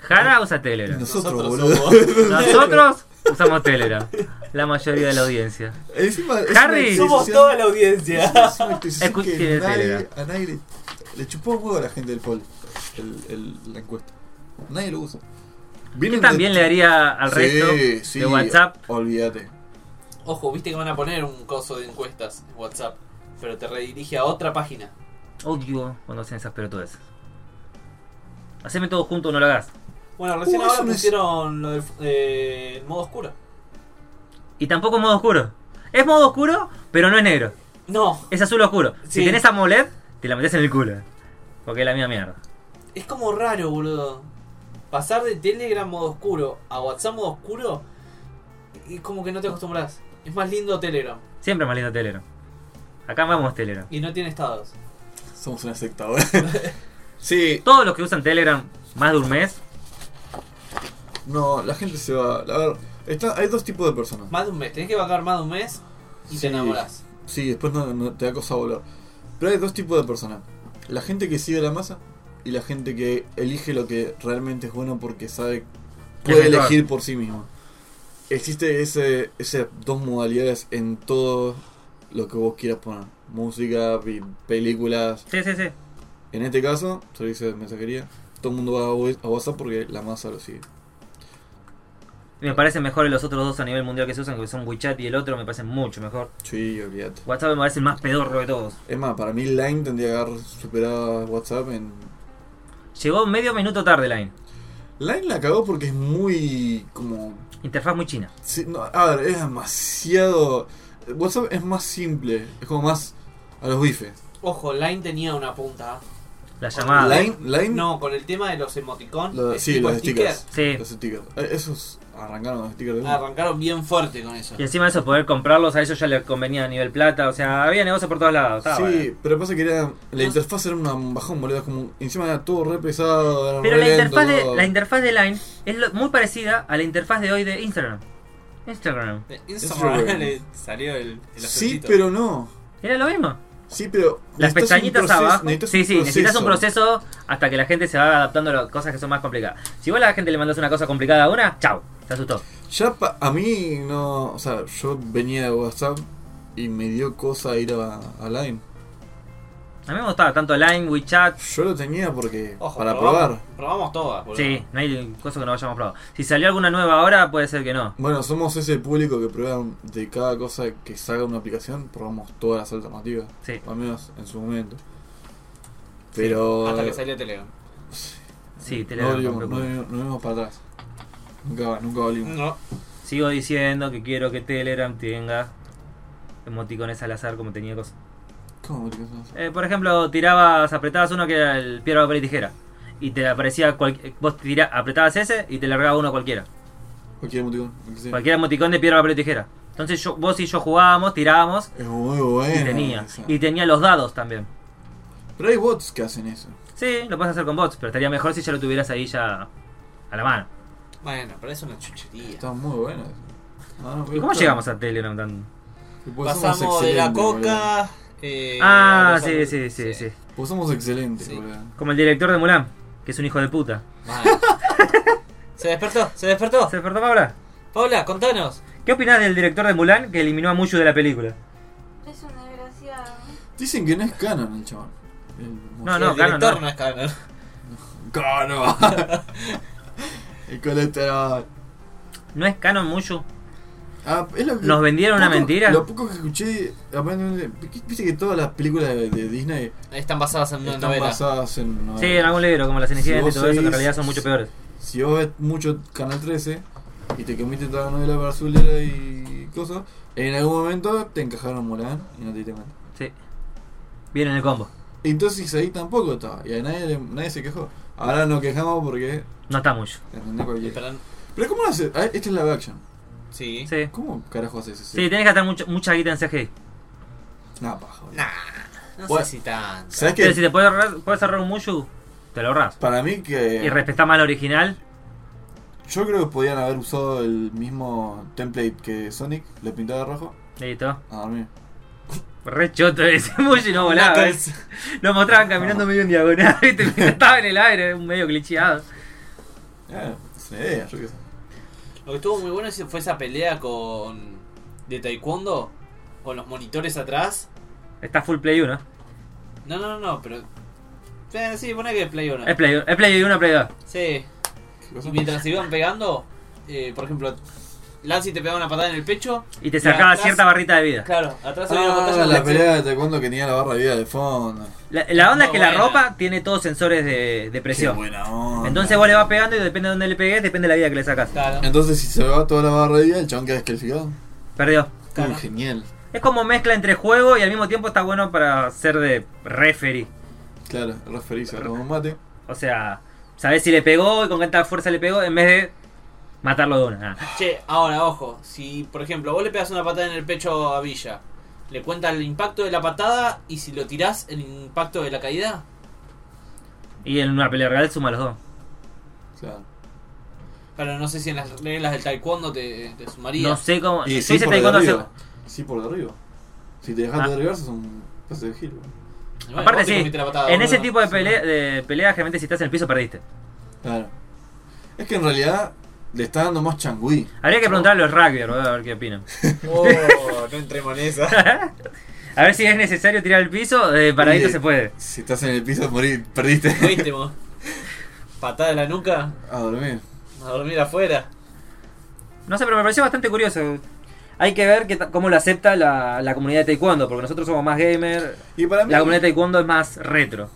B: Jara usa Telegram.
A: Nosotros,
C: Nosotros
A: boludo.
C: somos.
B: Nosotros usamos Telegram. La mayoría de la audiencia.
A: Encima, es
B: Harry.
A: una
C: Somos
A: actualización-
C: toda la audiencia.
A: es una actualización
B: Escuche
A: que
B: de
A: nadie,
B: Telegram.
A: a nadie le, le chupó un huevo a la gente del poll. El, el- la encuesta. Nadie lo usa.
B: Yo
A: Vienen
B: también
A: de-
B: le daría al
A: Sí,
B: resto
A: sí,
B: de WhatsApp.
A: Olvídate.
C: Ojo, viste que van a poner un coso de encuestas en WhatsApp, pero te redirige a otra página.
B: Odio cuando hacen esas pelotudeces. Haceme todo junto, no lo hagas.
C: Bueno, recién
A: Uh,
C: ahora
A: eso no es-
C: pusieron lo del eh, el modo oscuro.
B: Y tampoco modo oscuro. Es modo oscuro, pero no es negro.
C: No,
B: Es azul oscuro. Si
C: Sí.
B: tenés AMOLED, te la metes en el culo. Porque es la mía mierda.
C: es como raro, boludo. Pasar de Telegram modo oscuro a WhatsApp modo oscuro es como que no te acostumbras. Es más lindo Telegram
B: Siempre más lindo Telegram. Acá vamos Telegram.
C: y no tiene estados.
A: Somos una secta ahora. sí,
B: Todos los que usan Telegram más de un mes,
A: no, la gente se va. A ver, está, hay dos tipos de personas.
C: Más de un mes, tenés que vacar más de un mes y
A: Sí.
C: te enamorás.
A: Sí, después no, no- te da cosa volar. Pero hay dos tipos de personas. La gente que sigue la masa y la gente que elige lo que realmente es bueno porque sabe puede
B: mejor.
A: elegir por sí mismo. Existe ese esas dos modalidades en todo lo que vos quieras poner. Música, pi- películas.
B: sí, sí, sí.
A: En este caso, servicio de mensajería. Todo el mundo va a Whats- a WhatsApp porque la masa lo sigue.
B: Me parecen mejores los otros dos a nivel mundial que se usan, que son WeChat y el otro, me parecen mucho mejor.
A: Sí, olvídate.
B: WhatsApp me parece el más pedorro de todos.
A: Es más, para mí Line tendría que haber superado a WhatsApp en
B: Llegó medio minuto tarde Line.
A: Line la cagó porque es muy como...
B: Interfaz muy china.
A: sí, no, a ver, es demasiado... WhatsApp es más simple, es como más a los bifes.
C: Ojo, Line tenía una punta.
B: La llamada.
A: Line, Line...
C: No, con el tema de los emoticón.
A: lo-
C: es
A: sí,
C: tipo
A: los
C: sticker. Ah,
A: stickers.
B: Sí.
A: Los stickers. Eh, Esos arrancaron los
B: Ah,
A: stickers de una.
C: Arrancaron bien fuerte con eso.
B: Y encima de eso, poder comprarlos a ellos ya les convenía a nivel plata. O sea, había negocio por todos lados. estaba
A: Sí,
B: bueno.
A: pero pasa que era, la interfaz era un bajón, boludo. es Como, encima era todo re pesado. era
B: Pero
A: re
B: la
A: lento,
B: interfaz, de,
A: todo.
B: la interfaz de Line es lo- muy parecida a la interfaz de hoy de Instagram. Instagram.
D: De
A: Instagram.
D: Instagram le salió el, el
A: Sí,
D: acentito.
A: pero no.
B: Era lo mismo.
A: Sí, pero. necesitas un
B: Las pestañitas
A: proceso-
B: abajo.
A: necesitas
B: sí, sí, necesitas un proceso hasta que la gente se va adaptando a las cosas que son más complicadas. Si vos a la gente le mandas una cosa complicada a una, chau, se asustó.
A: Ya pa- a mí no. O sea, yo venía de WhatsApp y me dio cosa ir a, a Line.
B: A mí me gustaba tanto Line, WeChat.
A: Yo lo tenía porque.
C: Ojo,
A: para
C: probamos-
A: probar.
C: Probamos todas, boludo.
B: Sí, no hay cosa que no hayamos probado. Si salió alguna nueva ahora, puede ser que no.
A: Bueno, somos ese público que prueban de cada cosa que salga una aplicación, probamos todas las alternativas.
B: Sí.
A: Al menos en su momento. Pero.
C: Hasta que salió Telegram.
B: Sí, te la
A: no,
B: doy,
A: volvimos, no,
B: no preocupes.
A: volvimos- no volvimos para atrás. Nunca, nunca volvimos.
C: No.
B: Sigo diciendo que quiero que Telegram tenga emoticones al azar como tenía cosas.
A: ¿Cómo que eso?
B: Eh, por ejemplo, tirabas, apretabas uno que era el piedra, papel y tijera. Y te aparecía cual- eh, vos tira, apretabas ese y te largaba uno cualquiera.
A: Cualquier emoticón. lo que sea.
B: Cualquier emoticón de piedra, papel y tijera. Entonces yo, vos y yo jugábamos, tirábamos
A: Es muy
B: y
A: bueno.
B: tenía.
A: eso.
B: Y tenía los dados también.
A: Pero hay bots que hacen eso.
B: Sí, lo puedes hacer con bots, pero estaría mejor si ya lo tuvieras ahí ya a la mano.
C: Bueno, pero es una chuchería.
A: Está muy bueno eso. Ah, No, no,
B: ¿Y
A: pero
B: cómo
A: está-
B: llegamos a Telegram tan...?
A: y pues somos
C: Pasamos de la
A: excelentes, boludo.
C: coca. eh, a
B: ah,
C: los
B: sí,
C: hamburgues-
B: sí, sí, sí.
A: Pues somos excelentes,
C: Sí.
A: boludo.
B: Como el director de Mulan, que es un hijo de puta.
C: Mal. se despertó, se despertó.
B: ¿Se despertó Paula?
C: Paula, contanos.
B: ¿Qué opinás del director de Mulan que eliminó a Mushu de la película?
E: Es un desgraciado.
A: Dicen que no es canon el chabón. El-
B: No,
C: Sí,
B: Canon,
C: el director
B: no.
C: no es canon.
A: ¡Canon! el colesterol.
B: ¿No es canon Mushu?
A: Ah, es lo que-
B: ¿Nos vendieron una
A: poco-
B: mentira?
A: Lo poco que escuché, aparentemente, viste que todas las películas de, de Disney
C: Están basadas en una
A: están
C: novela.
A: basadas en novelas.
B: Sí, en algún libro, como La Cenicienta y
A: Si
B: todo
A: vos
B: eso, que en
A: seguís-
B: realidad son mucho peores.
A: Si vos ves mucho Canal 13 y te comiste toda la novela brasilera y cosas, en algún momento te encajaron Mulan y no te diste cuenta.
B: Sí. Viene en el combo.
A: Entonces ahí tampoco estaba, y a nadie, le- nadie se quejó. Ahora nos quejamos porque
B: No está Mushu.
A: entendés cualquier-
C: Esperan-
A: Pero ¿cómo lo hace? Ah, Este es live action.
C: Sí.
B: Sí.
A: ¿Cómo carajo haces eso?
B: Sí, tenés que gastar mucha, mucha guita en CGI.
A: Nah, paja. boludo.
C: No
A: Bueno.
C: sé si tanto.
A: ¿Sabes
B: Pero si
A: qué?
B: te puedes ahorrar, puedes ahorrar un Mushu, te lo ahorras.
A: Para mí
B: Y
A: que.
B: respetás más al original.
A: Yo creo que podían haber usado el mismo template que Sonic, lo pintaba de rojo.
B: Listo.
A: A dormir.
B: Re choto ese Mushu, no volaba. ¿eh?
C: Knuckles.
B: Lo mostraban caminando medio en diagonal, ¿viste? Estaba en el aire, medio clicheado.
A: Eh, es una idea, yo qué sé.
F: Lo que estuvo muy bueno ese- fue esa pelea con. de Taekwondo. Con los monitores atrás.
B: Está full Play 1.
F: No, no, no, no, pero. Eh, sí, pone que Play 1.
B: Es Play 1, es Play 1, Play 2.
F: Sí.
A: ¿Qué cosa? Ah,
F: Y mientras se iban pegando, eh, por ejemplo, Lancy te pegaba una patada en el pecho.
B: Y te sacaba
F: atrás-
B: cierta barrita de vida.
F: Claro, atrás había una
A: Ah,
F: pantalla
A: la
F: de-
A: pelea de taekwondo que tenía la barra de vida de fondo.
B: La, la onda
F: Muy
B: es que la
F: buena.
B: ropa tiene todos sensores de, de
A: Qué
B: presión.
A: buena onda.
B: Entonces vos le vas pegando y depende de dónde le pegues, depende de la vida que le sacas.
F: Claro.
A: Entonces, si se va toda la barra de vida, el chabón queda descalificado.
B: Perdió.
A: Uy, genial.
B: Es como mezcla entre juego y al mismo tiempo está bueno para ser de referee.
A: Claro, referirse a un mate.
B: O sea, sabés si le pegó y con cuánta fuerza le pegó en vez de matarlo de una. Ah,
F: Che, ahora, ojo, si por ejemplo vos le pegas una patada en el pecho a Villa, le cuenta el impacto de la patada y si lo tirás, el impacto de la caída.
B: Y en una pelea real suma los dos.
A: Claro.
F: Claro, no sé si en las reglas del taekwondo te, te sumaría.
B: No sé cómo.
A: Y
B: yo
A: sí
B: hice
A: por
B: taekwondo hace-
A: derribo. Sí por derribo. Si te dejas
B: Ah.
A: derribar, sos un pase de gil. boludo.
F: Y bueno,
B: Aparte
F: vos te
B: sí,
F: comiste la patada,
B: en
F: boludo.
B: ese tipo de pelea, de pelea, generalmente si estás en el piso perdiste.
A: Claro. Es que en realidad le está dando más changüí.
B: Habría que preguntarle a los rugby, a ver qué opinan.
C: Oh, no entremos en esa.
B: A ver si es necesario tirar el piso, de paradito
A: Sí.
B: se puede.
A: Si estás en el piso, morir, perdiste.
F: ¿Viste, vos? Patada en la nuca,
A: A dormir.
F: a dormir afuera.
B: No sé, pero me pareció bastante curioso. Hay que ver qué ta- cómo lo acepta la, la comunidad de Taekwondo, porque nosotros somos más gamer.
A: Y para mí.
B: La comunidad de Taekwondo es más retro.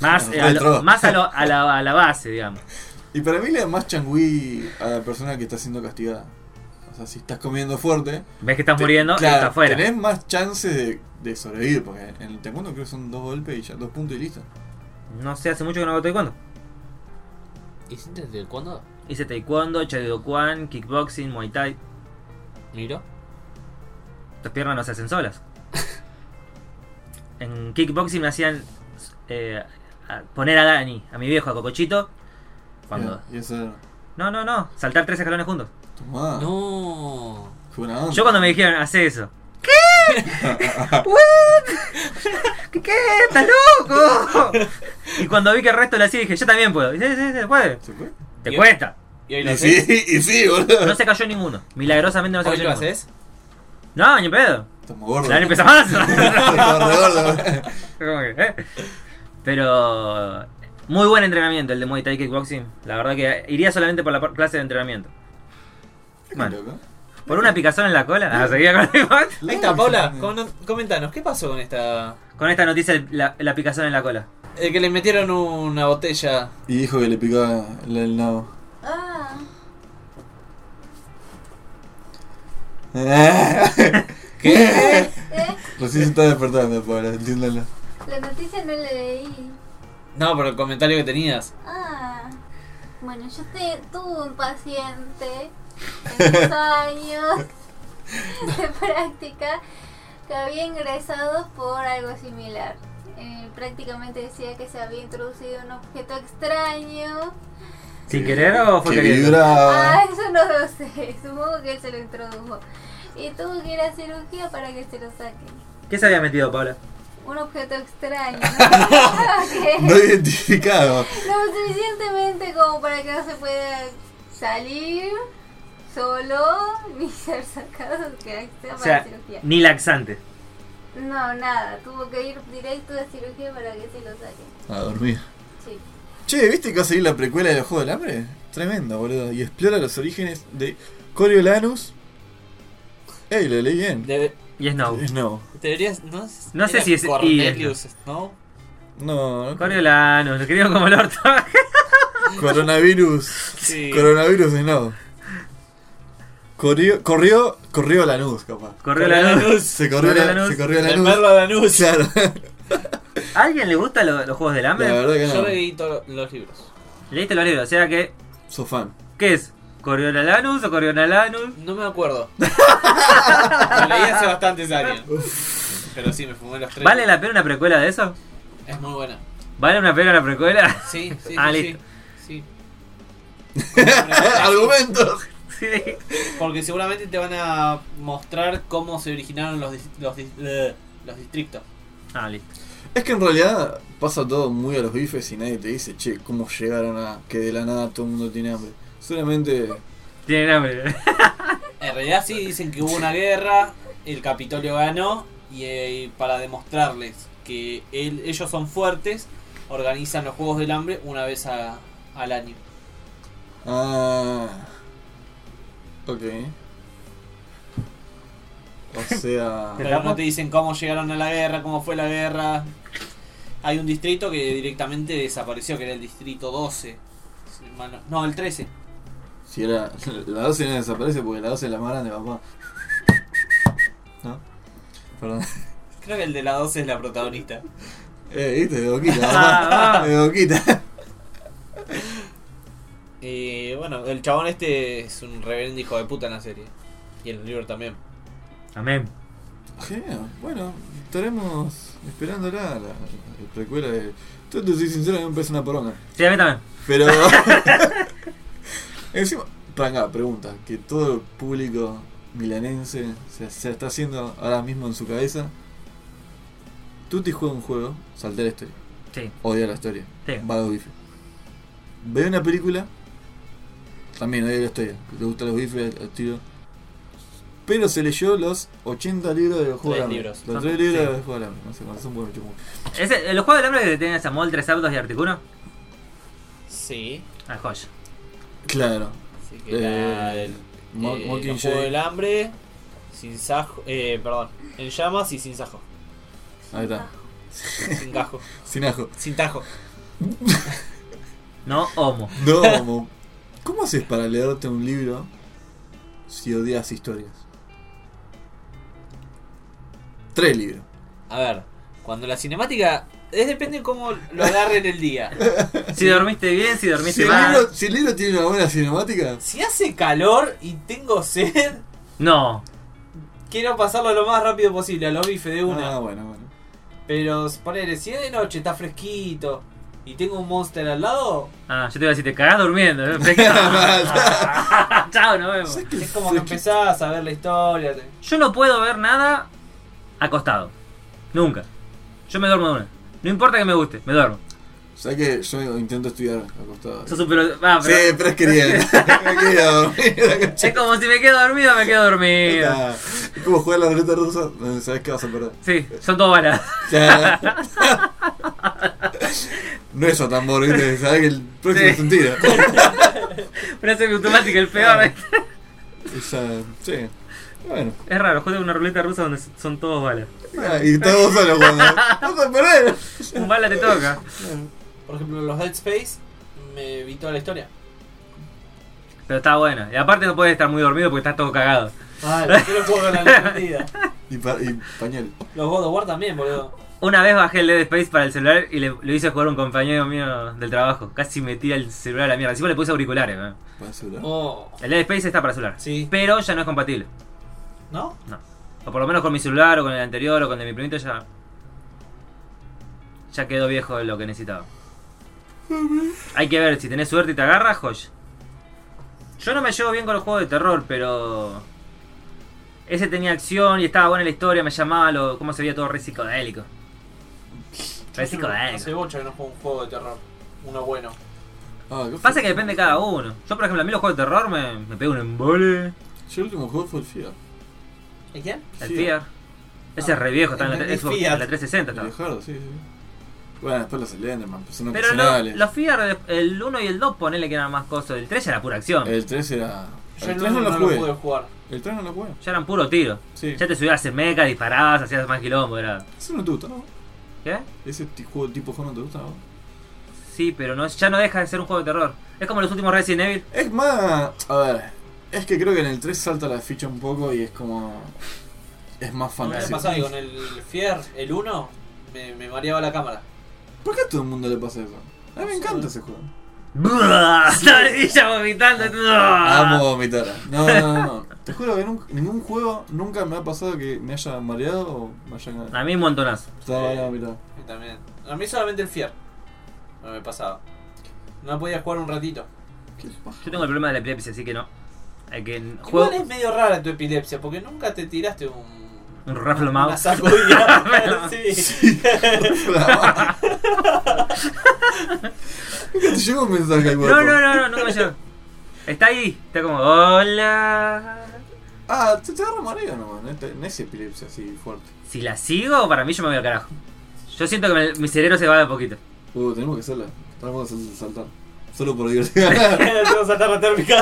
B: Más, eh, a, lo-
A: Retro.
B: más a, lo- a la, a la base, digamos.
A: Y para mí le da más changüí a la persona que está siendo castigada. O sea, si estás comiendo fuerte,
B: Ves que estás
A: te-
B: muriendo
A: claro,
B: y estás fuera.
A: tenés más chances de, de sobrevivir, porque en el taekwondo creo que son dos golpes y ya, dos puntos y listo.
B: No sé, hace mucho que no hago Taekwondo.
C: ¿Hiciste taekwondo?
B: Hice Taekwondo, Kwan, Kickboxing, Muay Thai.
C: Miro.
B: Tus piernas no se hacen solas. En kickboxing me hacían eh, a- poner a Dani, a mi viejo, a Cocochito. Cuando.
A: Y, y eso era,
B: No, no, no. Saltar tres escalones juntos.
A: tomá,
C: No.
A: fue una onda.
B: Yo cuando me dijeron, hace eso. ¿Qué? ¿Qué? ¿Qué? ¿Estás loco? Y cuando vi que el resto lo hacía, dije, yo también puedo. Y, sí, sí, sí, se puede.
A: ¿Se fue?
B: Te
F: Y-
B: cuesta.
F: Y ahí lo
A: Y
F: haces.
A: sí, y sí, boludo.
B: No se cayó ninguno. Milagrosamente no se
F: ¿Hoy
B: cayó
F: lo
B: ninguno.
F: haces?
B: No, ni pedo.
A: Estamos gordos.
B: La Dani pesa más.
A: Estamos gordos, boludo.
B: Como que, eh. Pero muy buen entrenamiento el de Muay Thai Kickboxing. La verdad que iría solamente por la par- clase de entrenamiento.
A: Qué
B: Bueno.
A: loco.
B: Por una picazón en la cola. Ah, seguía con el box.
C: Ahí está, Paula. com- comentanos, ¿qué pasó con esta.
B: Con esta noticia, la, la picazón en la cola.
C: El Eh, que le metieron una botella.
A: Y dijo que le picaba el helado.
E: Ah,
C: ¿Qué?
E: eh,
A: Recién se está despertando, pobre, entiéndalo.
E: la noticia no la leí.
C: No, pero el comentario que tenías.
E: Ah, bueno, yo te, tuve un paciente en mis años de práctica que había ingresado por algo similar. Eh, prácticamente decía que se había introducido un objeto extraño.
B: ¿Sin querer o fue
A: Que
B: queriendo?
A: vibraba.
E: Ah, eso no lo sé. Supongo que él se lo introdujo. Y tuvo que ir a cirugía para que se lo saquen.
B: ¿Qué se había metido, Paula?
E: Un objeto extraño. Que
A: No identificado.
E: Lo suficientemente como para que no se pueda salir solo ni ser sacado que sea para
B: O sea,
E: cirugía.
B: ni laxante.
E: No, nada, tuvo que ir directo a cirugía para que se lo saquen.
A: A dormir.
E: Sí.
A: Che, ¿viste que va a salir la precuela de los Juegos del Hambre? Tremenda, boludo. Y explora los orígenes de Coriolanus. Ey, lo leí bien.
C: Debe-
B: Y Snow.
A: Es No.
C: deberías. No,
B: No sé
C: era
B: si es- y
C: Cornelius Snow.
A: No. no.
B: Coriolano, lo quería como el orto.
A: Coronavirus.
C: Sí.
A: Coronavirus es no. Corrió, corrió, corrió la luz, capaz.
B: Coriolano.
A: Se corrió
B: Corrió
A: la,
B: Lanús.
A: se corrió la
C: El
A: luz.
C: perro de Anus.
A: Claro.
B: ¿A alguien le gustan lo- los juegos del
A: La
B: hambre?
A: verdad que
C: Yo
A: no.
C: leí todos los libros.
B: Leíste los libros, o sea que.
A: Sos fan.
B: ¿Qué es? ¿Coriolanus o Coriolanus?
C: No me acuerdo. Lo leí hace bastantes años. Pero sí, me fumé los tres.
B: ¿Vale la pena una precuela de eso?
C: Es muy buena.
B: ¿Vale una pena una precuela?
C: Sí, sí,
B: Ah,
C: sí,
B: listo.
C: sí.
A: Argumentos.
B: sí.
C: sí. Porque seguramente te van a mostrar cómo se originaron los, dis- los, dis- eh, los distritos.
B: Ah, listo.
A: Es que en realidad pasa todo muy a los bifes y nadie te dice, che, cómo llegaron a que de la nada todo el mundo tiene hambre. Solamente.
B: Tienen hambre.
C: En realidad sí, dicen que hubo una guerra, el Capitolio ganó y eh, para demostrarles que él- ellos son fuertes, organizan los Juegos del Hambre una vez a- al año.
A: Ah. Ok. O sea.
B: ¿Te
C: Pero
B: tapo?
C: no te dicen cómo llegaron a la guerra, cómo fue la guerra. Hay un distrito que directamente desapareció, que era el distrito 12. si mal no- No, el 13.
A: Si era. La 12 no desaparece porque la 12 es la más grande, papá. ¿No? Perdón.
C: Creo que el de la 12 es la protagonista.
A: Eh, viste, de boquita,
B: Ah,
A: papá.
B: ah.
A: De boquita.
C: Eh, bueno, el chabón este es un reverendo hijo de puta en la serie. Y en el libro también.
B: Amén.
A: Genial. Bueno, estaremos esperando la, la, la precuela de. Yo te soy sincero, a mí me parece una poronga.
B: Sí, a mí también.
A: Pero. Encima. Pranga, pregunta. Que todo el público milanense se, se está haciendo ahora mismo en su cabeza. Tuti juega un juego, salté la historia.
B: Sí,
A: Odia la historia.
B: sí.
A: Va a los bifes. Ve una película. También odia la historia. Le gustan los bifes al tiro. Pero se leyó los 80 libros de los juegos
C: Tres
A: de hambre.
C: libros.
A: Los
B: Son-
A: 3 libros
B: sí.
A: de los juegos de hambre. No sé cuándo son buenos chumos.
B: Ese, eh, los juegos del hambre que tenían Samuel, Tres Abdos y Articuno.
C: Sí.
B: Ah, joya.
A: Claro.
C: Así que la-
A: Eh,
C: el,
A: Mo-
C: eh,
A: Mockingjay.
C: los Juegos del hambre, sin sajo. Eh, perdón, en llamas y sin sajo.
A: Ahí está.
C: Sin gajo.
A: Sin ajo.
C: sin tajo.
B: No homo.
A: No, como- ¿cómo haces para leerte un libro si odias historias? Tres libros.
C: A ver, cuando la cinemática. Es depende cómo lo agarren el día.
B: Si dormiste bien, si
A: Si
B: dormiste
A: el,
B: mal.
A: libro, si el libro tiene una buena cinemática,
C: Si hace calor y tengo sed,
B: No.
C: quiero pasarlo lo más rápido posible, a los bifes de una.
A: ah, bueno, bueno.
C: Pero ponele, si es de noche, está fresquito y tengo un monster al lado,
B: Ah, yo te iba a decir, te cagás durmiendo. ¿eh? Chao, nos vemos.
A: ¿Sabes qué
C: es como que
A: fue que-
C: empezás a ver la historia. te-
B: Yo no puedo ver nada acostado. Nunca. Yo me duermo de una. No importa que me guste, me duermo.
A: ¿sabes que yo intento estudiar acostado?
B: Sos un pelo- ah,
A: Sí,
B: pero
A: pero es queriendo. Me quería dormir. la concha.
B: Es como si me quedo dormido, me quedo dormido.
A: Ah, Es como jugar a la ruleta rusa, sabes que vas a perder.
B: Sí, son todos balas.
A: Claro. No es a tambor, ¿viste? Sabes que el próximo
B: Sí.
A: es un tiro.
B: ¿eh? Pero es automática, el peor.
A: Esa- sí. Bueno.
B: Es raro, juega una ruleta rusa donde son todos balas.
A: Ah, y estás vos solo cuando. ¡Vas a perder!
B: Un bala te toca.
C: Por ejemplo, los Dead Space me vi toda la historia.
B: Pero está bueno. Y aparte no puedes estar muy dormido porque estás todo cagado.
C: Vale, yo los juego en la partida.
A: Y, pa y pañal.
C: Los God of War también, boludo.
B: Una vez bajé el Dead Space para el celular y le, lo hice jugar a un compañero mío del trabajo. Casi me tira el celular a la mierda. Encima le puse auriculares. ¿no?
A: Basura.
C: Oh,
B: El Dead Space está para celular.
C: sí.
B: Pero ya no es compatible.
C: ¿No?
B: O por lo menos con mi celular o con el anterior o con el de mi primito ya... Ya quedó viejo lo que necesitaba. Hay que ver, si tenés suerte y te agarras, joya. Yo no me llevo bien con los juegos de terror, pero... Ese tenía acción y estaba buena la historia, me llamaba lo, cómo se veía todo re psicodélico. Re
C: Yo no- Hace
B: psicodélico.
C: bocha que no juego un juego de terror. Uno bueno.
A: Ah, ¿qué
B: Pasa
A: fue?
B: que depende de cada uno. Yo, por ejemplo, a mí los juegos de terror me, me pego un embole.
A: Yo el último juego fue el FIA.
C: ¿Y quién?
B: El
A: Sí.
B: Fear. Ese es re viejo, está en la,
C: Entendí,
B: Xbox- en
C: Fiat.
B: la 360.
A: El
B: estaba.
A: Leojardo, sí, sí. Bueno, después los Slenderman, pues son
B: Pero lo-
A: ocasionales.
B: los Fear, el 1 y el 2, ponele que eran más cosas. El 3 ya era pura acción.
C: Eh.
A: El 3 era.
C: Yo
A: El
C: el
A: 3 no
C: uno
A: lo
C: no lo pude
A: jugué.
C: jugar.
A: El 3 no lo jugué.
B: Ya eran puro tiro.
A: Sí.
B: Ya te subías a hacer meca, disparabas, hacías más quilombo. Era...
A: Eso no te gusta, ¿no?
B: ¿Qué?
A: Ese ti- juego tipo juego no te gusta, ¿no?
B: Sí, pero no, ya no deja de ser un juego de terror. Es como los últimos Resident Evil.
A: Es más. A ver. Es que creo que en el 3 salta la ficha un poco y es como. Es más
C: No me
A: fantasía.
C: pasaba que con el Fier, el 1, me, me mareaba la cámara.
A: ¿Por qué a todo el mundo le pasa eso? A mí me encanta ese juego.
B: y ya vomitando. Ah.
A: Amo vomitar. No, no, no, no. Te juro que nunca- ningún juego nunca me ha pasado que me haya mareado o me haya ganado.
B: A mí un montonazo.
A: Estaba ahí a mitad.
C: Y también. A mí solamente el Fier. No me pasaba. No podía jugar un ratito.
A: Qué paja.
B: Yo tengo el problema de la epilepsia, así que no. Hay que juego
C: Igual es medio rara tu epilepsia, porque nunca te tiraste un.
B: un rafle
C: Una
B: mouse.
C: sacudida. sí.
A: Nunca te llegó un mensaje al
B: No,
A: WhatsApp.
B: no, no, no, nunca me llegó. Está ahí, está como, hola.
A: Ah, te, te agarra mareo nomás, no, te- no es epilepsia así fuerte.
B: Si la sigo, para mí yo me voy al carajo. Yo siento que me- mi cerebro se va de a poquito.
A: Uh, tenemos que hacerla. Tenemos que hacer- saltar. Solo por diversión. Pantalla
C: Tengo que saltar la térmica.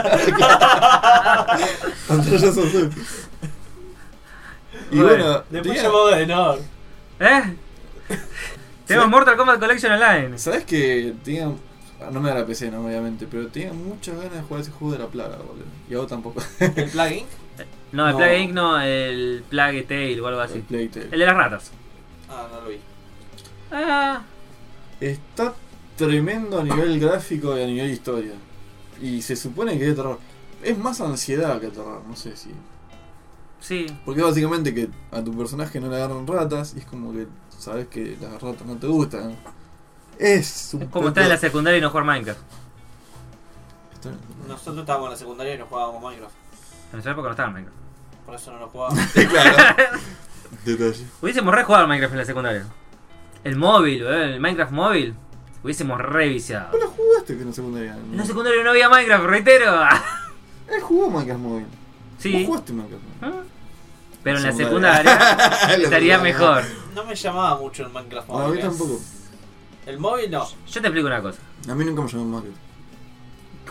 A: azul. Y
B: Bueno,
A: bueno,
C: Después
A: tenía-
C: llamado de no.
B: ¿Eh? Tenemos
A: Sí.
B: Mortal Kombat Collection Online.
A: ¿sabes que tenía. ah, No me da la PC, no, obviamente, pero tenía muchas ganas de jugar ese juego de la plaga, boludo. Y a vos tampoco.
C: El plugin.
B: No, el
A: No.
B: Plague Inc. no, el Plague Tale o algo
A: El
B: así.
A: Playtale.
B: El de las ratas.
C: Ah, no lo vi.
B: Ah,
A: Está tremendo a nivel gráfico y a nivel historia. Y se supone que es terror. Es más ansiedad que terror, no sé si.
B: sí.
A: Porque básicamente que a tu personaje no le agarran ratas y es como que sabes que las ratas no te gustan. Es un
B: Es como estar en la
A: poco-
B: secundaria y no jugar Minecraft.
A: Está-
C: Nosotros estábamos en la secundaria y no jugábamos Minecraft.
B: En nuestra época no estaba en Minecraft.
C: Por eso no lo jugábamos.
A: claro. Detalle.
B: Hubiésemos re jugado al Minecraft en la secundaria. El móvil, eh, el Minecraft móvil. Hubiésemos revisiado.
A: ¿Vos lo jugaste que en la secundaria?
B: En la secundaria no había Minecraft, reitero.
A: Él jugó Minecraft Mobile. ¿Vos
B: Sí.
A: jugaste Minecraft Mobile?
B: ¿Ah? Pero en la
A: Secundaria.
B: secundaria
A: La
B: estaría
A: secundaria.
B: mejor.
C: No me llamaba mucho el Minecraft
A: No, a mí
C: móvil. ¿eh?
A: tampoco.
C: El móvil no.
B: Yo te explico una cosa.
A: A mí nunca me llamó Minecraft.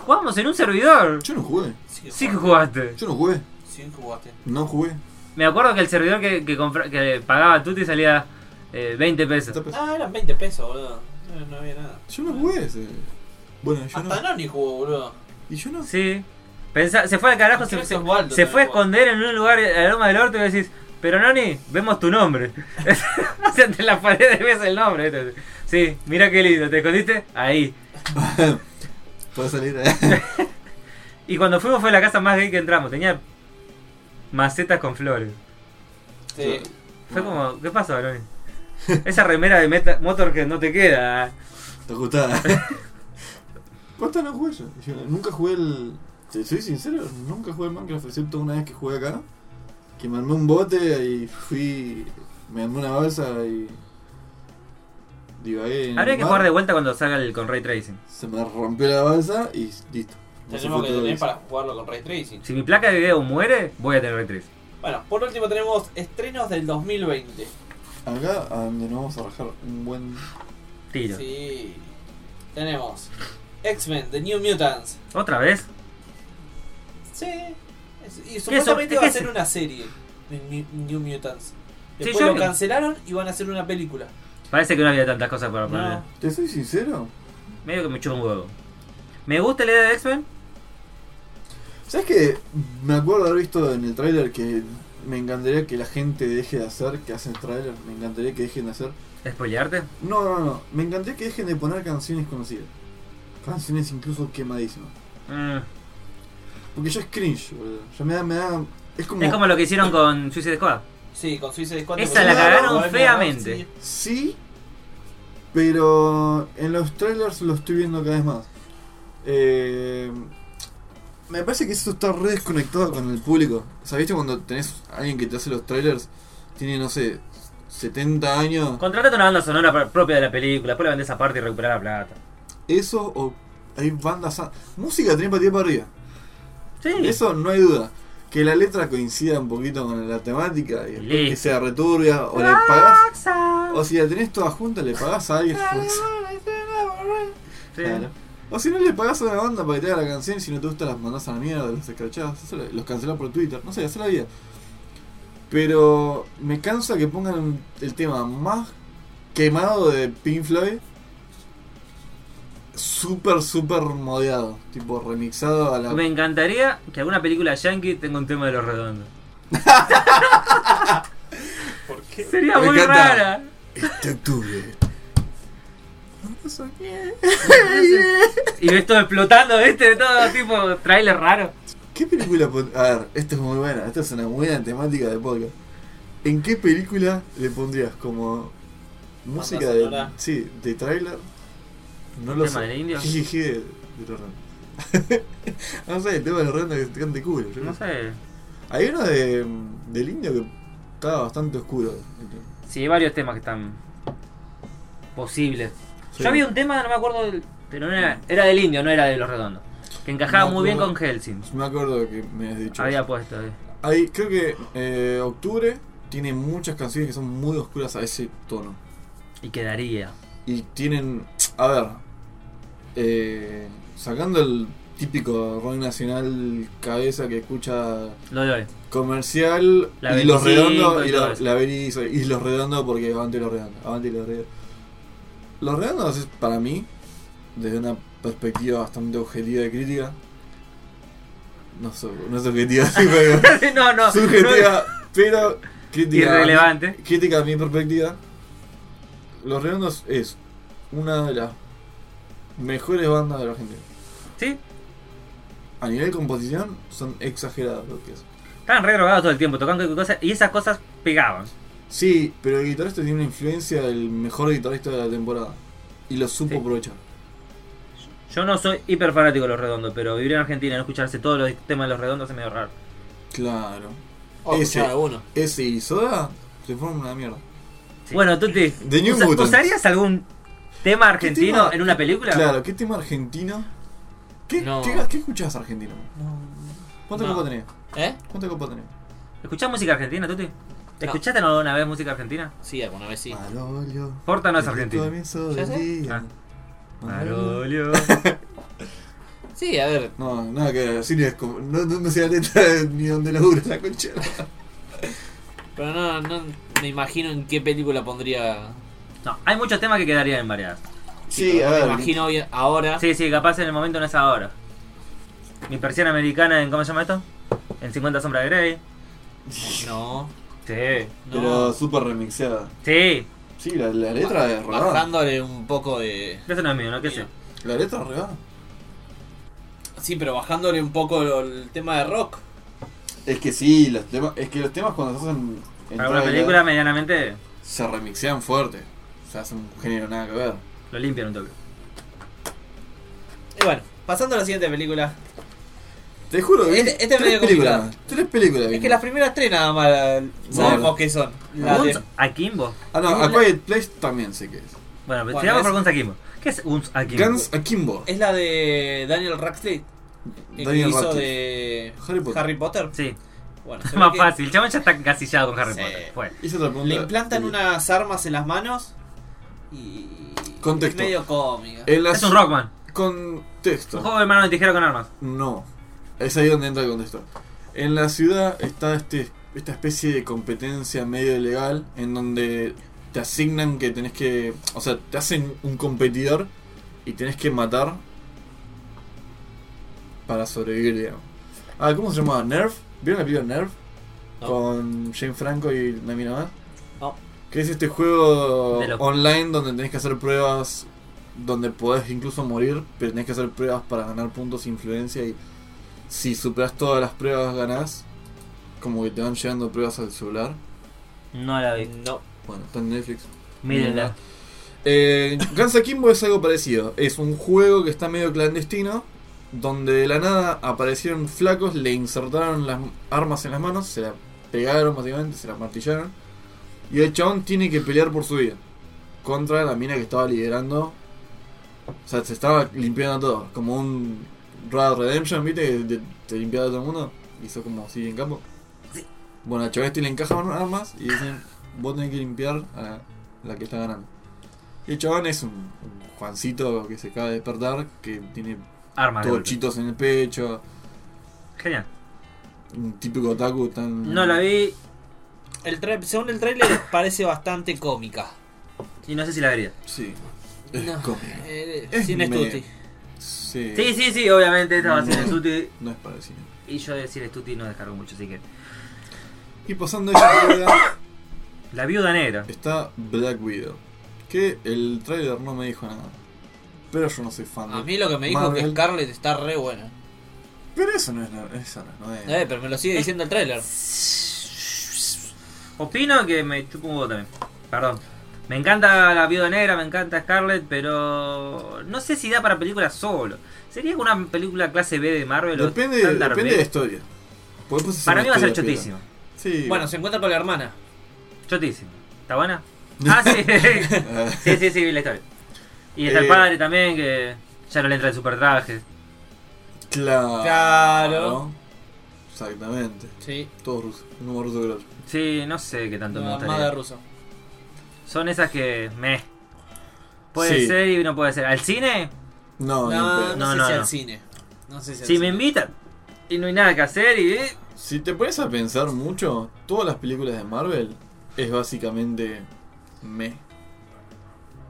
B: Jugamos en un servidor.
A: Yo no jugué.
C: Sí
B: Sí que jugaste.
A: Yo no jugué.
C: Sí que jugaste.
A: No jugué.
B: Me acuerdo que el servidor que, que, compra- que pagaba Tuti salía eh, 20
A: Está
B: pesos.
A: pesado.
C: Ah, eran 20 pesos, boludo. No, no había nada.
A: Yo no jugué ese. Bueno, yo
C: Hasta
A: no.
C: Noni jugó, boludo.
A: Y yo no.
B: Sí. Pensá- se fue al carajo, se,
C: Creo
B: se-
C: que Osvaldo
B: se
C: también
B: fue a
C: jugó.
B: esconder en un lugar eh, al aroma del orto y decís, pero Noni, vemos tu nombre. O sea, entre las paredes ves el nombre. ¿viste? Sí, mira qué lindo, ¿te escondiste? Ahí.
A: Puedo salir. eh.
B: Y cuando fuimos fue la casa más gay que entramos, tenía macetas con flores.
C: Sí.
B: Fue como, ¿qué pasó, Noni? Esa remera de meta, motor que no te queda.
A: Te gustaba. ¿Cuánto no jugué yo? Yo Nunca jugué el. Te soy sincero, nunca jugué el Minecraft, excepto una vez que jugué acá. Que me armé un bote y fui. Me armé una balsa y. Divagué. en el
B: Habría que
A: mar,
B: jugar de vuelta cuando salga el con Ray Tracing.
A: Se me rompió la balsa y listo. Eso
C: Tenemos
A: fue
C: que
A: todo
C: tener
A: eso.
C: para jugarlo con Ray Tracing.
B: Si mi placa de video muere, voy a tener Ray Tracing.
C: Bueno, por último tenemos estrenos del 2020.
A: Acá, a donde nos vamos a rajar un buen.
B: Tiro.
C: Sí. Tenemos X-Men, The New Mutants.
B: ¿Otra vez?
C: Sí.
F: Y supuestamente
B: ¿Qué
F: iba a
B: es
F: ser
B: eso?
F: una serie, Ni- Ni- New Mutants. Después
B: yo
F: lo
B: vi.
F: cancelaron y van a hacer una película.
B: Parece que no había tantas cosas para poner.
F: No.
A: ¿Te soy sincero?
B: Medio que me chupa un huevo. Me gusta la idea de X-Men.
A: ¿Sabes que Me acuerdo haber visto en el tráiler que me encantaría que la gente deje de hacer, que hacen tráiler, me encantaría que dejen de hacer.
B: ¿Spoilearte?
A: No, no, no, me encantaría que dejen de poner canciones conocidas. Canciones incluso quemadísimas.
B: Mm.
A: Porque ya es cringe, boludo. Ya me da, me da... Es como...
B: Es como lo que hicieron con Suicide Squad.
F: Sí, con Suicide Squad.
B: Esa
F: con-
A: la cagaron
F: con Bohemian
B: feamente.
F: Rhapsody.
A: Sí, pero en los trailers lo estoy viendo cada vez más. Eh, me parece que eso está re desconectado con el público. ¿Sabés cuando tenés a alguien que te hace los trailers? Tiene, no sé, 70 años.
B: Contratate una banda sonora pro- propia de la película, después la vendés aparte y recuperás la plata.
A: Eso o hay bandas... a- Música tiene para ti para arriba.
B: Sí.
A: Eso no hay duda. Que la letra coincida un poquito con la temática y después que
B: Listo. Ah.
A: sea returbia o le pagás... O si la tenés toda junta, le pagás a alguien.
B: Sí.
A: Claro. O si no le pagás a una banda para que te haga la canción y si no te gusta las mandás a la mierda, los escrachás, hacela- los cancelás por Twitter, no sé, hacer la vida. Pero me cansa que pongan el tema más quemado de Pink Floyd, súper, súper modeado, tipo remixado a la...
B: Me encantaría que alguna película yankee tenga un tema de los redondos.
F: ¿Por qué?
B: Sería
A: Me
B: muy
A: encanta.
B: rara.
A: Este octubre.
B: Y ves todo explotando, ¿viste? De todo tipo, trailer raro.
A: ¿Qué película... pon- A ver, esta es muy buena, esta es una buena temática de podcast. ¿En qué película le pondrías como música de,
F: sonora.
A: sí, de trailer? No
B: ¿Un
A: lo
B: tema
A: sé.
B: del indio?
A: Jijiji de, de los Randos. no sé, el tema de los Randos que te cante culo. yo
B: No
A: qué sé.
B: sé.
A: Hay uno de, mm, del indio que estaba bastante oscuro.
B: Sí, hay varios temas que están posibles.
A: Sí.
B: Yo había un tema, no me acuerdo, del- pero no era, era del indio, no era de los redondos. Que encajaba
A: No,
B: muy bien
A: no.
B: con Helsing.
A: Me acuerdo que me has dicho.
B: Había puesto eh. ahí.
A: Hay, creo que eh, octubre tiene muchas canciones que son muy oscuras a ese tono.
B: Y quedaría.
A: Y tienen. A ver. eh, sacando el típico rock nacional cabeza que escucha
B: Lo doy.
A: comercial
B: La
A: y los
B: 25
A: redondos
B: y
A: y,
B: todo
A: los-
B: eso.
A: la 25 y los redondos porque avante los redondos avante los redondos los redondos es para mí desde una perspectiva bastante objetiva y crítica no, so- no es objetiva sí, pero
B: no, no. no
A: subjetiva pero
B: es
A: crítica
B: irrelevante.
A: crítica a mi perspectiva los redondos es una de las mejores bandas de la Argentina
B: Sí,
A: a nivel composición son exagerados lo que es
B: estaban re drogados todo el tiempo, tocando cualquier cosa. Y esas cosas pegaban.
A: Sí, pero el guitarrista tiene una influencia del mejor guitarrista de la temporada. Y lo supo
B: Sí.
A: aprovechar.
B: Yo no soy hiper fanático de los redondos, pero vivir en Argentina y no escucharse todos los temas de los redondos es medio raro.
A: Claro.
F: Oh,
A: Ese.
F: escuchaba uno.
A: Ese y Soda se forman una mierda.
B: Sí. Bueno, Tuti,
A: The New
B: ¿usa-
A: Mutants.
B: ¿usarías algún tema argentino
A: tema?
B: en una película?
A: Claro, ¿qué tema argentino? ¿Qué,
C: No.
A: qué- qué escuchás argentino? ¿Cuánta
F: No.
A: copa tenés?
C: ¿Eh?
A: ¿Cuánta copa tenés?
B: ¿Escuchás música argentina, Tuti?
C: No.
B: ¿Escuchaste alguna vez música argentina?
C: Sí, alguna vez
A: Ah.
C: sí.
A: Marolio.
B: Porta no es
A: desde el
B: argentino. Ah.
A: comienzo
C: ¿Ya
A: del
C: sé?
A: día. Marolio.
B: Marolio.
C: Sí, a ver.
A: No, nada que así ni es como- no, no me sé la letra de- ni donde labura la concha.
C: Pero no, no me imagino en qué película pondría.
B: No, hay muchos temas que quedarían en variadas.
A: Sí,
C: pero
A: a
C: no
A: ver.
C: Me imagino hoy- ahora.
B: Sí, sí, capaz en el momento no es ahora. Mi persiana americana en, ¿cómo se llama esto? En 50 sombras de Grey.
C: No.
B: Sí.
A: Pero
C: No.
A: súper remixeada.
B: Sí.
A: Sí, la, la letra es rodada.
C: Bajándole un poco de.
B: Eso no es mío, ¿no? ¿Qué sé?
A: La letra es rodada.
F: Sí, pero bajándole un poco lo- el tema de rock.
A: Es que sí, los temas, es que los temas cuando se hacen en
B: Para una
A: trailer,
B: película medianamente
A: se remixean fuerte. Se hacen un género nada que ver.
B: lo limpian un toque.
F: Y bueno, pasando a la siguiente película.
A: Te juro que
F: Este-
A: vi
F: este es medio
A: películas.
F: complicado.
A: Tres películas.
F: Es
A: vimos.
F: que las primeras tres nada más sabemos
A: Bueno.
F: qué son. La de-
B: ¿Uns a Kimbo?
A: Ah, no, A Quiet Place también sé que es.
B: Bueno,
F: Bueno,
B: tiramos
F: es-
B: por Guns a Kimbo. ¿Qué es Uns a Kimbo?
A: Guns Akimbo.
F: es la de Daniel Radcliffe, el que
A: Daniel
F: hizo
A: Radcliffe.
F: de
A: Harry Potter.
B: Sí,
F: Bueno,
B: es
F: se
B: más
F: ve que
B: fácil. El chabón ya está encasillado con Harry
F: Sí.
B: Potter. Fue.
A: Hice otra pregunta.
F: Le implantan
A: Sí.
F: unas armas en las manos y
A: Contexto.
F: es medio cómica.
A: En las-
B: Es un Rockman. Un
A: Contexto.
B: juego de mano de tijera con armas.
A: No. Es ahí donde entra el contexto. En la ciudad está este, esta especie de competencia medio ilegal en donde te asignan que tenés que. O sea, te hacen un competidor y tenés que matar para sobrevivir, digamos. Ah, ¿cómo se llamaba? ¿Nerf? ¿Vieron la película Nerf?
C: No.
A: Con Jane Franco y una mina más.
C: No.
A: Que es este juego
B: De los-
A: online donde tenés que hacer pruebas, donde podés incluso morir, pero tenés que hacer pruebas para ganar puntos de influencia y si superas todas las pruebas ganás, como que te van llegando pruebas al celular.
B: No la vi.
C: No.
A: Bueno, está en Netflix.
B: Mírenla.
A: Eh, Guns N' Kimbo es algo parecido. Es un juego que está medio clandestino. Donde de la nada aparecieron flacos, le insertaron las armas en las manos, se la pegaron básicamente, se la martillaron. Y el chabón tiene que pelear por su vida. Contra la mina que estaba liderando. O sea, se estaba limpiando todo. Como un Rad Redemption, ¿viste? Que te, te limpiaba todo el mundo. Y sos como así en campo. Bueno, al chabón este le encajan armas y dicen, vos tenés que limpiar a la- la que está ganando. Y el chabón es un, un Juancito que se acaba de despertar, que tiene
B: Armas. de golpe.
A: tochitos en el pecho,
B: Genial.
A: un típico otaku tan...
B: No la vi
C: El tra- según el trailer parece bastante cómica.
B: y no sé si la vería.
A: Sí. Es
C: No.
A: cómica.
C: Eh,
A: Es
C: sin
A: medio-
C: estuti.
A: Sí. Mm.
B: Sí, sí, sí, obviamente esta va a ser
A: No.
B: el Stuti.
A: No es para el cine.
B: Y yo de decir Stuti no descargo mucho, así que.
A: Y pasando a esa película
B: La viuda negra.
A: está Black Widow. Que el trailer no me dijo nada. Pero yo no soy fan
C: A
A: de
C: mí lo que me dijo
A: Marvel.
C: que Scarlett está re buena.
A: Pero eso no es la- eso no es novela.
C: Eh, pero me lo sigue diciendo el trailer.
B: Opino que me chupo un huevo también. Perdón. Me encanta la viuda negra, me encanta Scarlett, pero no sé si da para película solo. Sería una película clase B de Marvel o
A: Depende,
B: estándar
A: depende
B: B?
A: de la historia. Porque después es
B: Para
A: una
B: mí va a ser
A: historia piola.
B: chotísimo.
A: Sí.
C: Bueno, se encuentra con la hermana.
B: Chotísimo. ¿Está buena? Ah, sí. sí, sí, sí, vi la historia. Y está
A: Eh.
B: el padre también, que ya no le entra el super traje.
A: Claro. Ah,
C: Claro.
A: Exactamente.
C: Sí.
A: Todos rusos. No más ruso que el otro.
B: Sí, no sé qué tanto me
C: La
B: gustaría.
C: armada rusa.
B: Son esas que me. Puede
A: Sí.
B: ser y no puede ser. ¿Al cine?
A: No,
C: No,
A: ni en
C: no,
A: pedo.
B: No,
C: sé
B: no,
C: si
B: no.
C: al cine. No sé si al
B: Si me
C: cine.
B: invitan y no hay nada que hacer y. eh,
A: Si te pones a pensar mucho, todas las películas de Marvel es básicamente me.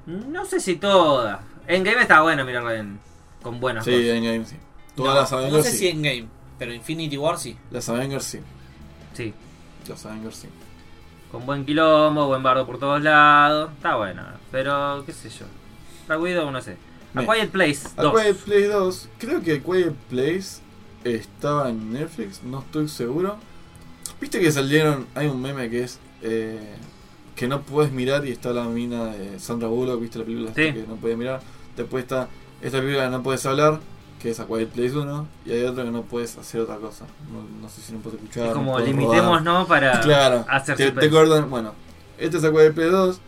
B: No sé si todas. En game está bueno mirarlo en, con buenas
A: sí, eh.
B: cosas.
A: Endgame sí. Todas
C: No,
A: las Avengers
C: No sé
A: sí.
C: si en game, pero Infinity War sí.
A: Las Avengers sí.
B: Sí.
A: Las Avengers sí.
B: Con buen quilombo, buen bardo por todos lados. Está bueno. Pero, qué sé yo. La Widow, no sé. A
A: Me.
B: Quiet Place
A: A
B: 2.
A: Quiet Place 2. Creo que Quiet Place estaba en Netflix, no estoy seguro. Viste que salieron, hay un meme que es eh, que no puedes mirar y está la mina de Sandra Bullock, viste la película esta
B: Sí.
A: que no puedes mirar. Después está esta película que no puedes hablar, que es A Quiet Place 1, y hay otra que no puedes hacer otra cosa. No, no sé si no puedes escuchar.
B: Es
A: no
B: como
A: puedes
B: limitemos,
A: rodar.
B: ¿no? Para
A: ah. Claro,
B: hacer
A: te, te
B: suspense.
A: cortan- Bueno, este es A Quiet Place 2.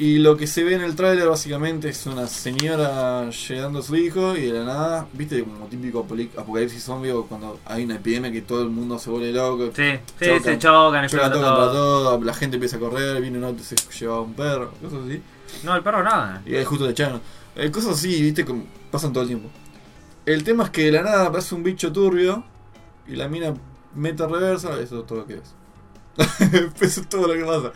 A: Y lo que se ve en el tráiler básicamente es una señora llegando a su hijo y de la nada, viste, como típico apoli- apocalipsis zombie o cuando hay una epidemia que todo el mundo se vuelve loco,
B: Sí, sí,
A: Chocan.
B: se chocan,
A: choca
B: explotan
A: todo contra
B: todo.
A: todo, la gente empieza a correr, viene un auto y se lleva a un perro, cosas así.
B: No, el perro nada.
A: Y ahí justo le echaron. Eh, cosas así, viste, como pasan todo el tiempo. El tema es que de la nada aparece un bicho turbio y la mina mete reversa, eso es todo lo que es. eso es todo lo que pasa.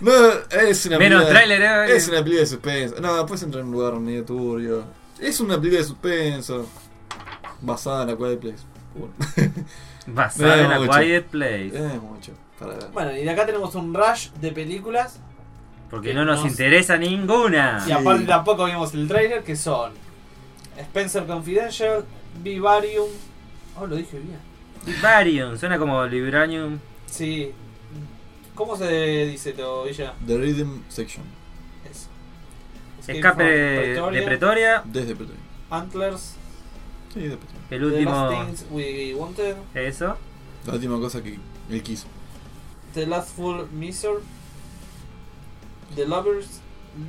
A: No, es una
B: Menos
A: película-
B: trailer, eh.
A: Es una película de suspenso. No, después entra en un lugar medio turbio. Es una película de suspenso. Basada en la Quiet Place. Bueno,
B: Basada
A: Me
B: en A
A: mucho.
B: Quiet Place.
A: es mucho. Para ver.
F: Bueno, y de acá tenemos un rush de películas.
B: Porque no nos
F: No.
B: interesa ninguna.
F: Y aparte tampoco vimos el trailer, que son Spencer Confidential, Vivarium. Oh, lo dije bien.
B: Vivarium, suena como Libranium.
F: Sí. ¿Cómo se dice todo, Villa?
A: The Rhythm Section.
F: Eso. Escape
B: Escape
F: from
B: de-
F: Pretoria,
B: de Pretoria.
A: Desde Pretoria.
F: Antlers,
A: Sí, desde Pretoria.
B: El
F: The Last
B: último.
F: Things We Wanted,
B: Eso.
A: La última cosa que él quiso.
F: The Last Full Miser, The Lovers,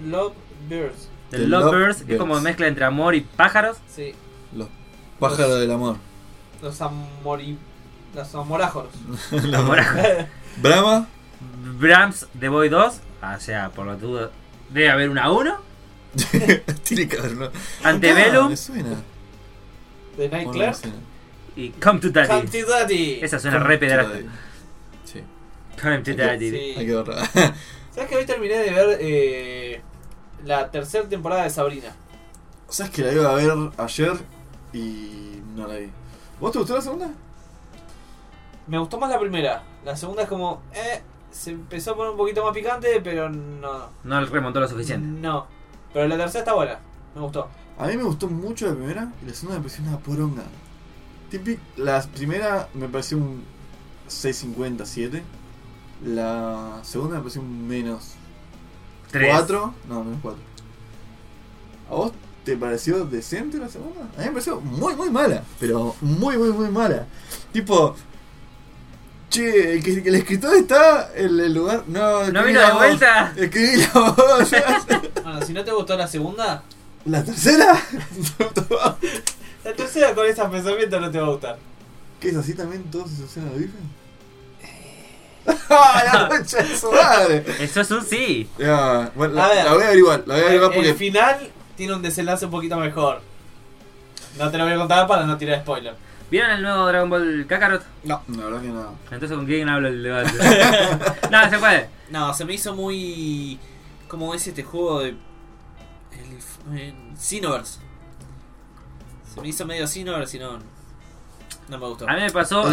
F: Love Birds.
B: The,
A: The
B: Lovebirds, que es
A: Lovebirds.
B: como mezcla entre amor y pájaros.
F: Sí,
A: Los pájaros del amor.
F: los amori... Los amorájoros.
A: Los-
B: Amor-
A: Brahma.
B: Brahms The Boy 2. O sea, por la duda. Debe haber una 1.
A: Tiene que haber, ¿no? Ah,
B: Antebellum.
A: Me suena.
F: The
A: Bueno,
F: Night
A: me
F: Clerk,
A: suena.
B: y Come to Daddy.
F: Humpty Daddy.
B: Esa suena re pedrasta.
A: Sí,
B: Come to Daddy.
F: Sí.
A: hay que verla.
F: ¿Sabes que hoy terminé de ver eh, la tercera temporada de Sabrina?
A: ¿Sabes que la iba a ver ayer y no la vi? ¿Vos te gustó la segunda?
F: Me gustó más la primera. La segunda es como. Eh, se empezó a poner un poquito más picante, pero no.
B: No remontó lo suficiente.
F: No. Pero la tercera está buena. Me gustó.
A: A mí me gustó mucho la primera y la segunda me pareció una poronga. Típic, la primera me pareció un 6.50, 7. La segunda me pareció un menos
B: Tres.
A: 4. No, menos 4. ¿A vos te pareció decente la segunda? A mí me pareció muy, muy mala. Pero muy, muy, muy mala. Tipo... Che, el, que, el escritor está en el lugar... No,
B: ¿No
A: escribí
B: vino
A: la
B: de
A: voz.
B: vuelta?
A: Escribí la voz.
F: Bueno, si no te gustó la segunda,
A: ¿La tercera?
F: la tercera con esos pensamientos no te va a gustar.
A: ¿Qué es así también? ¿Todos se asocian a los bifes? ¡Ah, la concha de su madre!
B: Eso es un sí.
A: Ya, bueno, la,
F: A ver.
A: la voy a averiguar, la voy a averiguar
F: El
A: porque...
F: final tiene un desenlace un poquito mejor. No te lo voy a contar para no tirar spoiler.
B: ¿Vieron el nuevo Dragon Ball Kakarot?
A: No, la verdad que no.
B: Entonces, ¿con quién hablo el debate? no, se puede.
C: No, se me hizo muy. ¿Cómo es este juego de. El, el Xenoverse. Se me hizo medio Xenoverse y no. No me gustó.
B: A mí me pasó.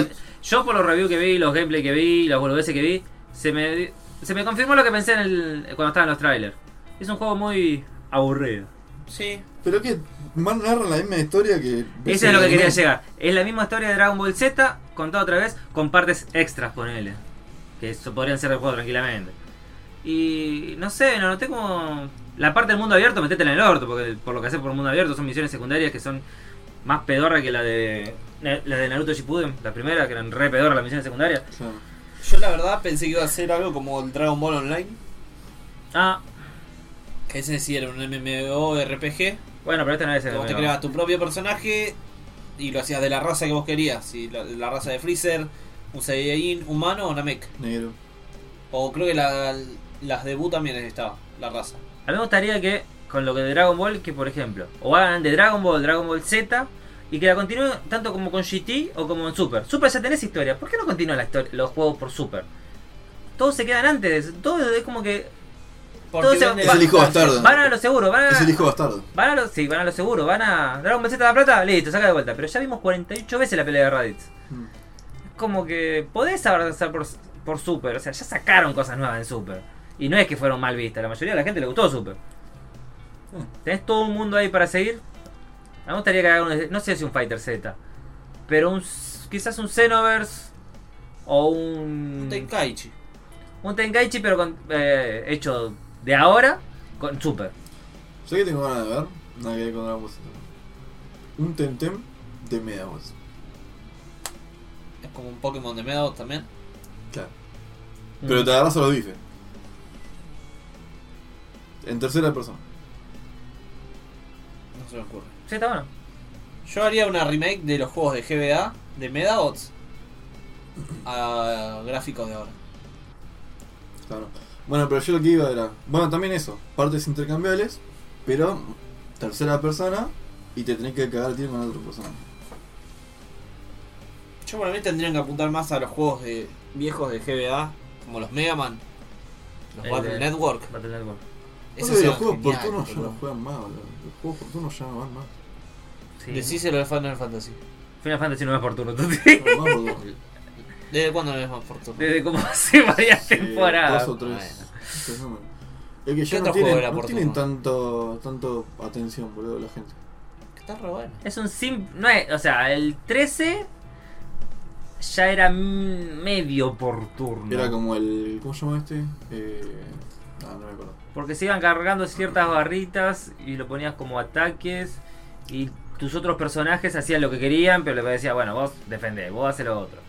B: Yo, por los reviews que vi, los gameplay que vi, los boludeces que vi, se me, se me confirmó lo que pensé en el, cuando estaban los trailers. Es un juego muy aburrido.
C: Sí.
A: Pero que más narran la misma historia que...
B: Eso es lo que quería
A: quería
B: llegar. Es la misma historia de Dragon Ball Z, contada otra vez, con partes extras, ponele. Que eso podrían ser del juego tranquilamente. Y no sé, no noté como. La parte del mundo abierto, metetela en el orto, porque por lo que hace por el mundo abierto son misiones secundarias que son más pedorra que la de. La de Naruto Shippuden, la primera, que eran re pedorra las misiones secundarias.
C: Yo la verdad pensé que iba a ser algo como el Dragon Ball Online.
B: Ah,
C: Que ese sí era un MMORPG.
B: bueno, pero esta no es el
C: Que vos te
B: MMO.
C: creabas tu propio personaje y lo hacías de la raza que vos querías. Y la, la raza de Freezer, un Saiyajin, humano o Namek.
A: Negro.
C: O creo que la, las debut también estaba, la raza.
B: A mí me gustaría que, con lo que de Dragon Ball, que por ejemplo, o hagan de Dragon Ball, Dragon Ball Z, y que la continúen tanto como con GT o como en Super. Super ya tenés historia, ¿por qué no continúan la histori- los juegos por Super? Todos se quedan antes, todo es como que Todo
C: Porque
B: se-
C: vende
B: Es el
A: hijo
C: bastante.
A: bastardo.
B: van a lo seguro, van
A: Es el hijo
B: a...
A: bastardo.
B: Van a lo, sí, van a lo seguro, van a... Dragon Ball Z de la plata, listo, saca de vuelta. Pero ya vimos 48 veces la pelea de Raditz.
A: Mm.
B: Es como que podés abrazar por, por Super, o sea, ya sacaron cosas nuevas en Super. Y no es que fueron mal vistas, la mayoría de la gente le gustó Super. Tenés todo un mundo ahí para seguir. A mí me gustaría que hagan un, no sé si un Fighter Z, pero un quizás un Xenoverse o un
C: Un Tenkaichi.
B: un Tenkaichi pero con, eh, hecho de ahora con Super.
A: Sé que tengo ganas de ver, nada que ver con Dragon Ball Z. Un Temtem de media voz.
C: Es como un Pokémon de Meadow también.
A: Claro.
B: Mm.
A: Pero te agarras a los bifes. En tercera persona.
C: No se me ocurre.
B: Sí, está bueno.
C: Yo haría una remake de los juegos de GBA, de Medabots, a gráficos de ahora.
A: Claro. Bueno, pero yo lo que iba era. Bueno, también eso. Partes intercambiables, pero tercera persona y te tenés que cagar tiempo con otra persona.
C: Yo para mí tendrían que apuntar más a los juegos de viejos de GBA, como los Mega Man, los
B: El
C: Battle
B: de-
C: Network.
B: Battle Network.
A: Eso
C: Esos
A: los
C: eran
A: juegos por
C: geniales,
A: turno ya
C: boludo.
A: no juegan más, boludo. Los juegos por turno ya no van más.
B: Sí.
C: Decíselo de Final Fantasy.
B: Final Fantasy no es por turno.
A: No van más por turno.
C: ¿Desde cuándo no es más por turno?
G: Eh.
B: Desde como hace varias
A: Eh,
B: temporadas.
A: Dos o tres.
C: Bueno.
A: tres números. Es que ya
C: otro
A: no
C: juego
A: tienen,
C: era
A: no
C: por
A: tienen
C: turno?
A: tanto, tanto atención, boludo, la gente.
C: Está re bueno.
B: Es un sim. No es, o sea, el 13 ya era mm, medio por
C: Mm.
B: turno.
A: Era como el. ¿Cómo se llama este? Eh, ah, no me acuerdo.
B: Porque se iban cargando ciertas barritas y lo ponías como ataques. Y tus otros personajes hacían lo que querían, pero le decía, bueno, vos defendés, vos haces lo otro.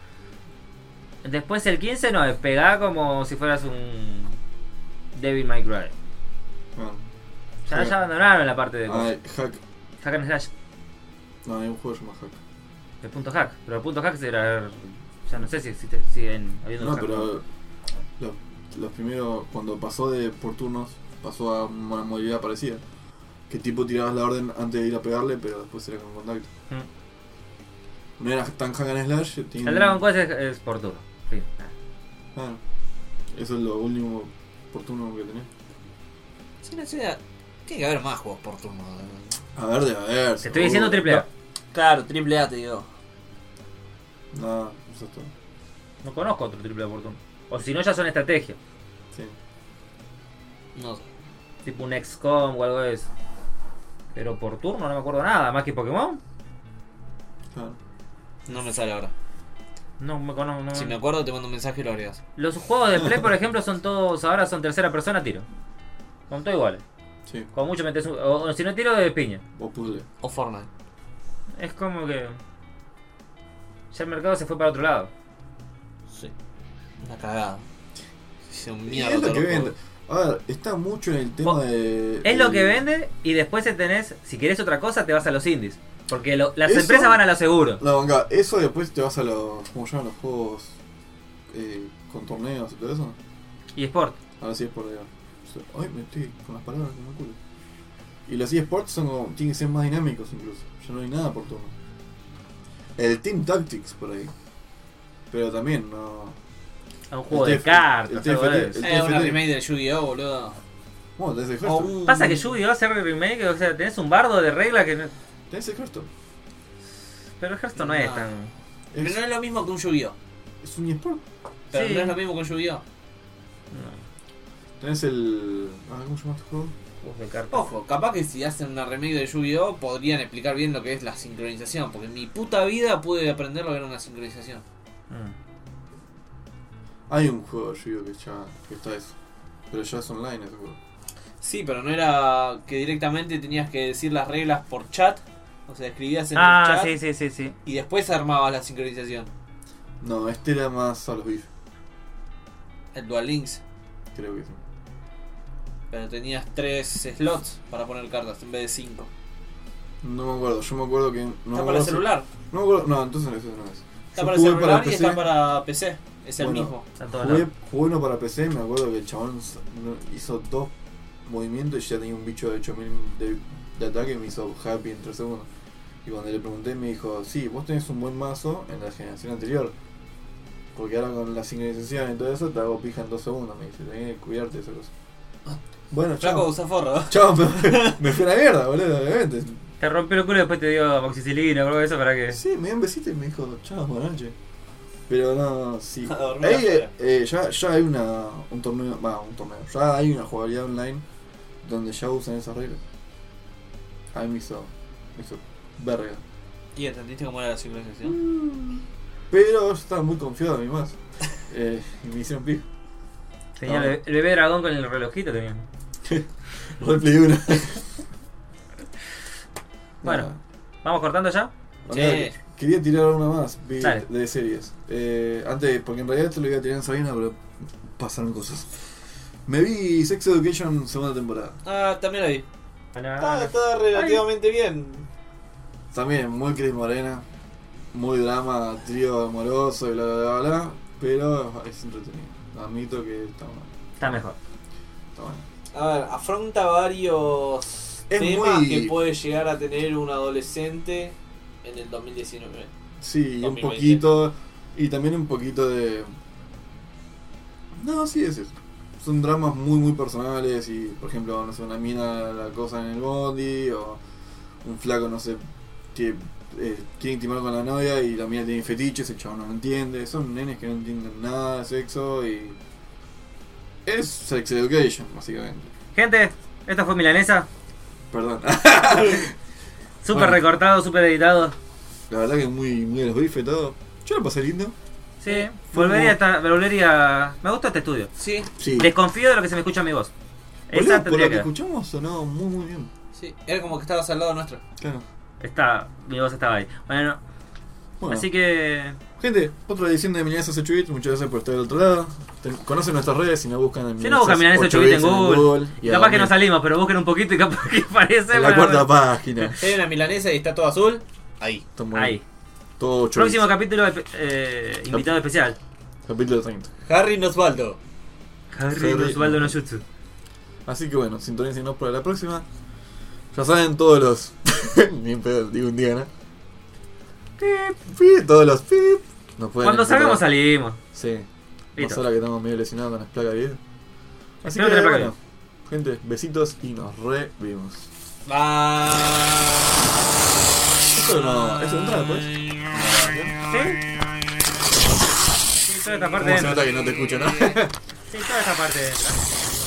B: Después el 15 no, pegaba como si fueras un Devil May Cry.
A: Ah,
B: Ya,
A: Sí.
B: ya abandonaron la parte de
A: ah, hack.
B: hack and slash,
A: No, hay un juego que se llama hack.
B: el punto hack. Pero el punto hack era, ya no sé si existe, siguen habiendo
A: No,
B: hack.
A: pero los, los primeros, cuando pasó de por turnos, pasó a una modalidad parecida. Que tipo tirabas la orden antes de ir a pegarle, pero después era con contacto.
B: Mm.
A: No era tan hack and slash. Tiene...
B: El Dragon Quest es, es por turno. Fin.
A: Claro. Ah, Eso es lo último oportuno que tenés.
G: Si no sea, tiene que haber más juegos por turno.
C: eh.
A: A ver, de a ver.
B: Te estoy diciendo triple A.
G: Claro, triple A te digo.
A: No, eso es todo.
B: No conozco otro triple A por turno. O si no, ya son estrategias.
A: Sí.
G: No sé.
B: Tipo un XCOM o algo de eso. Pero por turno no me acuerdo nada. Más que Pokémon.
A: Claro.
G: No me sale ahora.
B: No me conozco. no-
G: Si me acuerdo, te mando un mensaje y lo agregas.
B: Los juegos de Play, por ejemplo, son todos. Ahora son tercera persona tiro. Con todo igual.
A: Sí.
B: Con mucho metes un- o, o si no tiro, de piña.
A: O puzzle.
G: O Fortnite.
B: Es como que. Ya el mercado se fue para otro lado.
G: Sí. Una cagada. Se un
A: Y
G: mierda.
A: es lo
G: todos
A: que
G: los
A: vende.
G: juegos.
A: A ver, está mucho en el tema
B: Vos-
A: de.
B: Es lo
A: del-
B: que vende y después te tenés. Si querés otra cosa, te vas a los indies. Porque lo- las
A: Eso-
B: empresas van a lo seguro.
A: La banca, eso después te vas a los. ¿Cómo llaman los juegos? Eh, con torneos y todo eso.
B: Y Sport.
A: A las eSports, digamos. O sea, Ay, me estoy con las palabras como el culo. Y los eSports son como, tienen que ser más dinámicos incluso. Ya no hay nada por turno. El Team Tactics por ahí. Pero también no.
B: Un juego
A: El
B: de
A: TF
B: cartas.
A: el
B: algo de
A: TFT.
B: eso.
A: El
C: Eh, una
A: TFT.
C: remake de Yu-Gi-Oh, boludo.
A: Bueno, tenés el
C: O
A: Hearthstone.
C: un-
B: Pasa que Yugi va a hacer remake. O sea, tenés un bardo de reglas que. no-
C: uh.
A: Tenés el Hearthstone.
B: Pero el Hearthstone no, es
C: No.
B: tan.
C: Pero no
A: Es,
C: es lo mismo que un Yu-Gi-Oh.
A: es un eSport.
C: Pero
B: Sí.
C: no es lo mismo que un Yu-Gi-Oh.
B: No,
A: Tenés el. Ah, ¿Cómo se llama este juego?
B: juegos de cartas.
C: Ojo, capaz que si hacen una remake de Yu-Gi-Oh podrían explicar bien lo que es la sincronización, porque en mi puta vida pude aprender lo que era una sincronización. Ah.
B: Mm.
A: Hay un juego de Yu-Gi-Oh! que ya que está eso. Pero ya es online ese juego.
C: Sí, pero no era que directamente tenías que decir las reglas por chat, o sea, escribías en el
B: Ah,
C: chat
B: sí, sí, sí, sí.
C: y después armabas la sincronización.
A: No, este era más a los beef,
C: El Dual Links,
A: creo que sí.
C: pero tenías tres slots para poner cartas en vez de cinco.
A: No me acuerdo, yo me acuerdo que. No me
C: está Ah, para
A: acuerdo
C: el
A: si-
C: celular,
A: No me acuerdo, no, entonces no, eso no es.
C: está
A: Yo
C: para el
A: jugué
C: celular y
A: PC,
C: está para PC, es el
A: Bueno,
C: mismo.
B: Están todos
A: Jugué,
B: lados.
A: jugué uno para PC, me acuerdo que el chabón s- no- hizo dos movimientos y ya tenía un bicho de 8000 de, de ataque y me hizo happy en 3 segundos. Y cuando le pregunté me dijo, sí, vos tenés un buen mazo en la generación anterior. Porque ahora con la sincronización y todo eso te hago pija en 2 segundos, me dice, tenés que cuidarte de esa cosa. Bueno,
C: Flaco
A: chao.
C: usa forro.
A: Chao, me, me fui a la mierda, boludo, obviamente.
B: Te rompió el culo y después te dio amoxicilina o algo de eso para que.
A: Sí, me dio un besito y me dijo, chao, buenas noches. Pero no, sí.
C: A dormir
A: Ahí
C: afuera.
A: eh, eh, ya, ya hay una, un torneo, va, un torneo, ya hay una jugabilidad online donde ya usan esas reglas. A mí me hizo, me hizo verga.
C: ¿Y entendiste cómo era la sincronización?
A: Pero yo estaba muy confiado de mi más. Eh, y me hicieron pico.
B: Tenía
A: Ah.
B: el, el bebé dragón con el relojito tenía.
A: Roleplay una.
B: Bueno. ¿Vamos cortando ya?
A: Che. Quería tirar una más vi-
B: Dale.
A: de series. Eh, antes, porque en realidad te lo iba a tirar en Sabina, pero pasaron cosas. Me vi Sex Education segunda temporada.
C: Ah, también ahí.
A: Ah.
C: Está,
B: Hola.
C: está relativamente bien.
A: También muy Cris Morena, muy drama, trío amoroso y bla bla bla bla. Pero es entretenido. Admito que está mal.
B: Está mejor.
A: Está mal.
F: A ver, afronta varios
A: Es
F: temas
A: muy-
F: que puede llegar a tener un adolescente en el 2019.
A: Sí, y un
F: 2020.
A: poquito. Y también un poquito de. No, sí, es eso. Son dramas muy, muy personales. Y, por ejemplo, no sé, una mina la cosa en el bondi. O un flaco, no sé, que eh, quiere intimar con la novia y la mina tiene fetiches. El chabón no lo entiende. Son nenes que no entienden nada de sexo. Y. Es sex education, básicamente.
B: Gente, esto fue Milanesa.
A: Perdón.
B: Súper
A: Bueno.
B: recortado, súper editado.
A: la verdad que muy, muy de los bifes todo. Yo la pasé lindo. Eh,
B: Sí. Volvería a estar- volvería. Me gusta este estudio.
C: Sí,
A: uh. Sí.
B: Desconfío de lo que se me escucha en mi voz.
A: Boludo, por lo
B: Esa tendría
A: que
B: que.
A: escuchamos sonó muy, muy bien.
C: sí. Era como que estabas al lado nuestro.
A: Claro.
B: Está. Mi voz estaba ahí. Bueno,
A: Bueno,
B: así que.
A: gente, otra edición de Milanesa 8 bits. Muchas gracias por estar del otro lado. Ten- conocen nuestras redes si no buscan en
B: Si no buscan Milanesa 8 bits en Google. Y capaz que no salimos, pero busquen un poquito y capaz que parece.
A: En la cuarta página.
C: Era una milanesa y está todo azul. Ahí.
A: Está muy
B: Ahí.
A: Todo 8
B: Próximo capítulo, eh, invitado especial.
A: capítulo 30.
C: Harry Nosvaldo.
B: Harry
A: Harry-
B: Osvaldo Noyutsu.
A: Así que bueno, sintonícenos para la próxima. Ya saben todos los. Ni un pedo, digo un día, ¿no? pip, pip, todos los pip. No pueden
B: Cuando salgamos
A: encontrar.
B: salimos.
A: Sí.
B: Listo.
A: Más ahora que estamos medio lesionados con las placas de video. Así
B: Espero
A: que,
B: que la placa
A: bueno, gente, besitos y nos re vemos. Esto no, es un trapo, ¿eh?
B: ¿Sí? Sí, toda esta parte
A: ¿Cómo se
B: entra.
A: nota que no te escucho, no?
B: Sí, toda esta parte entra.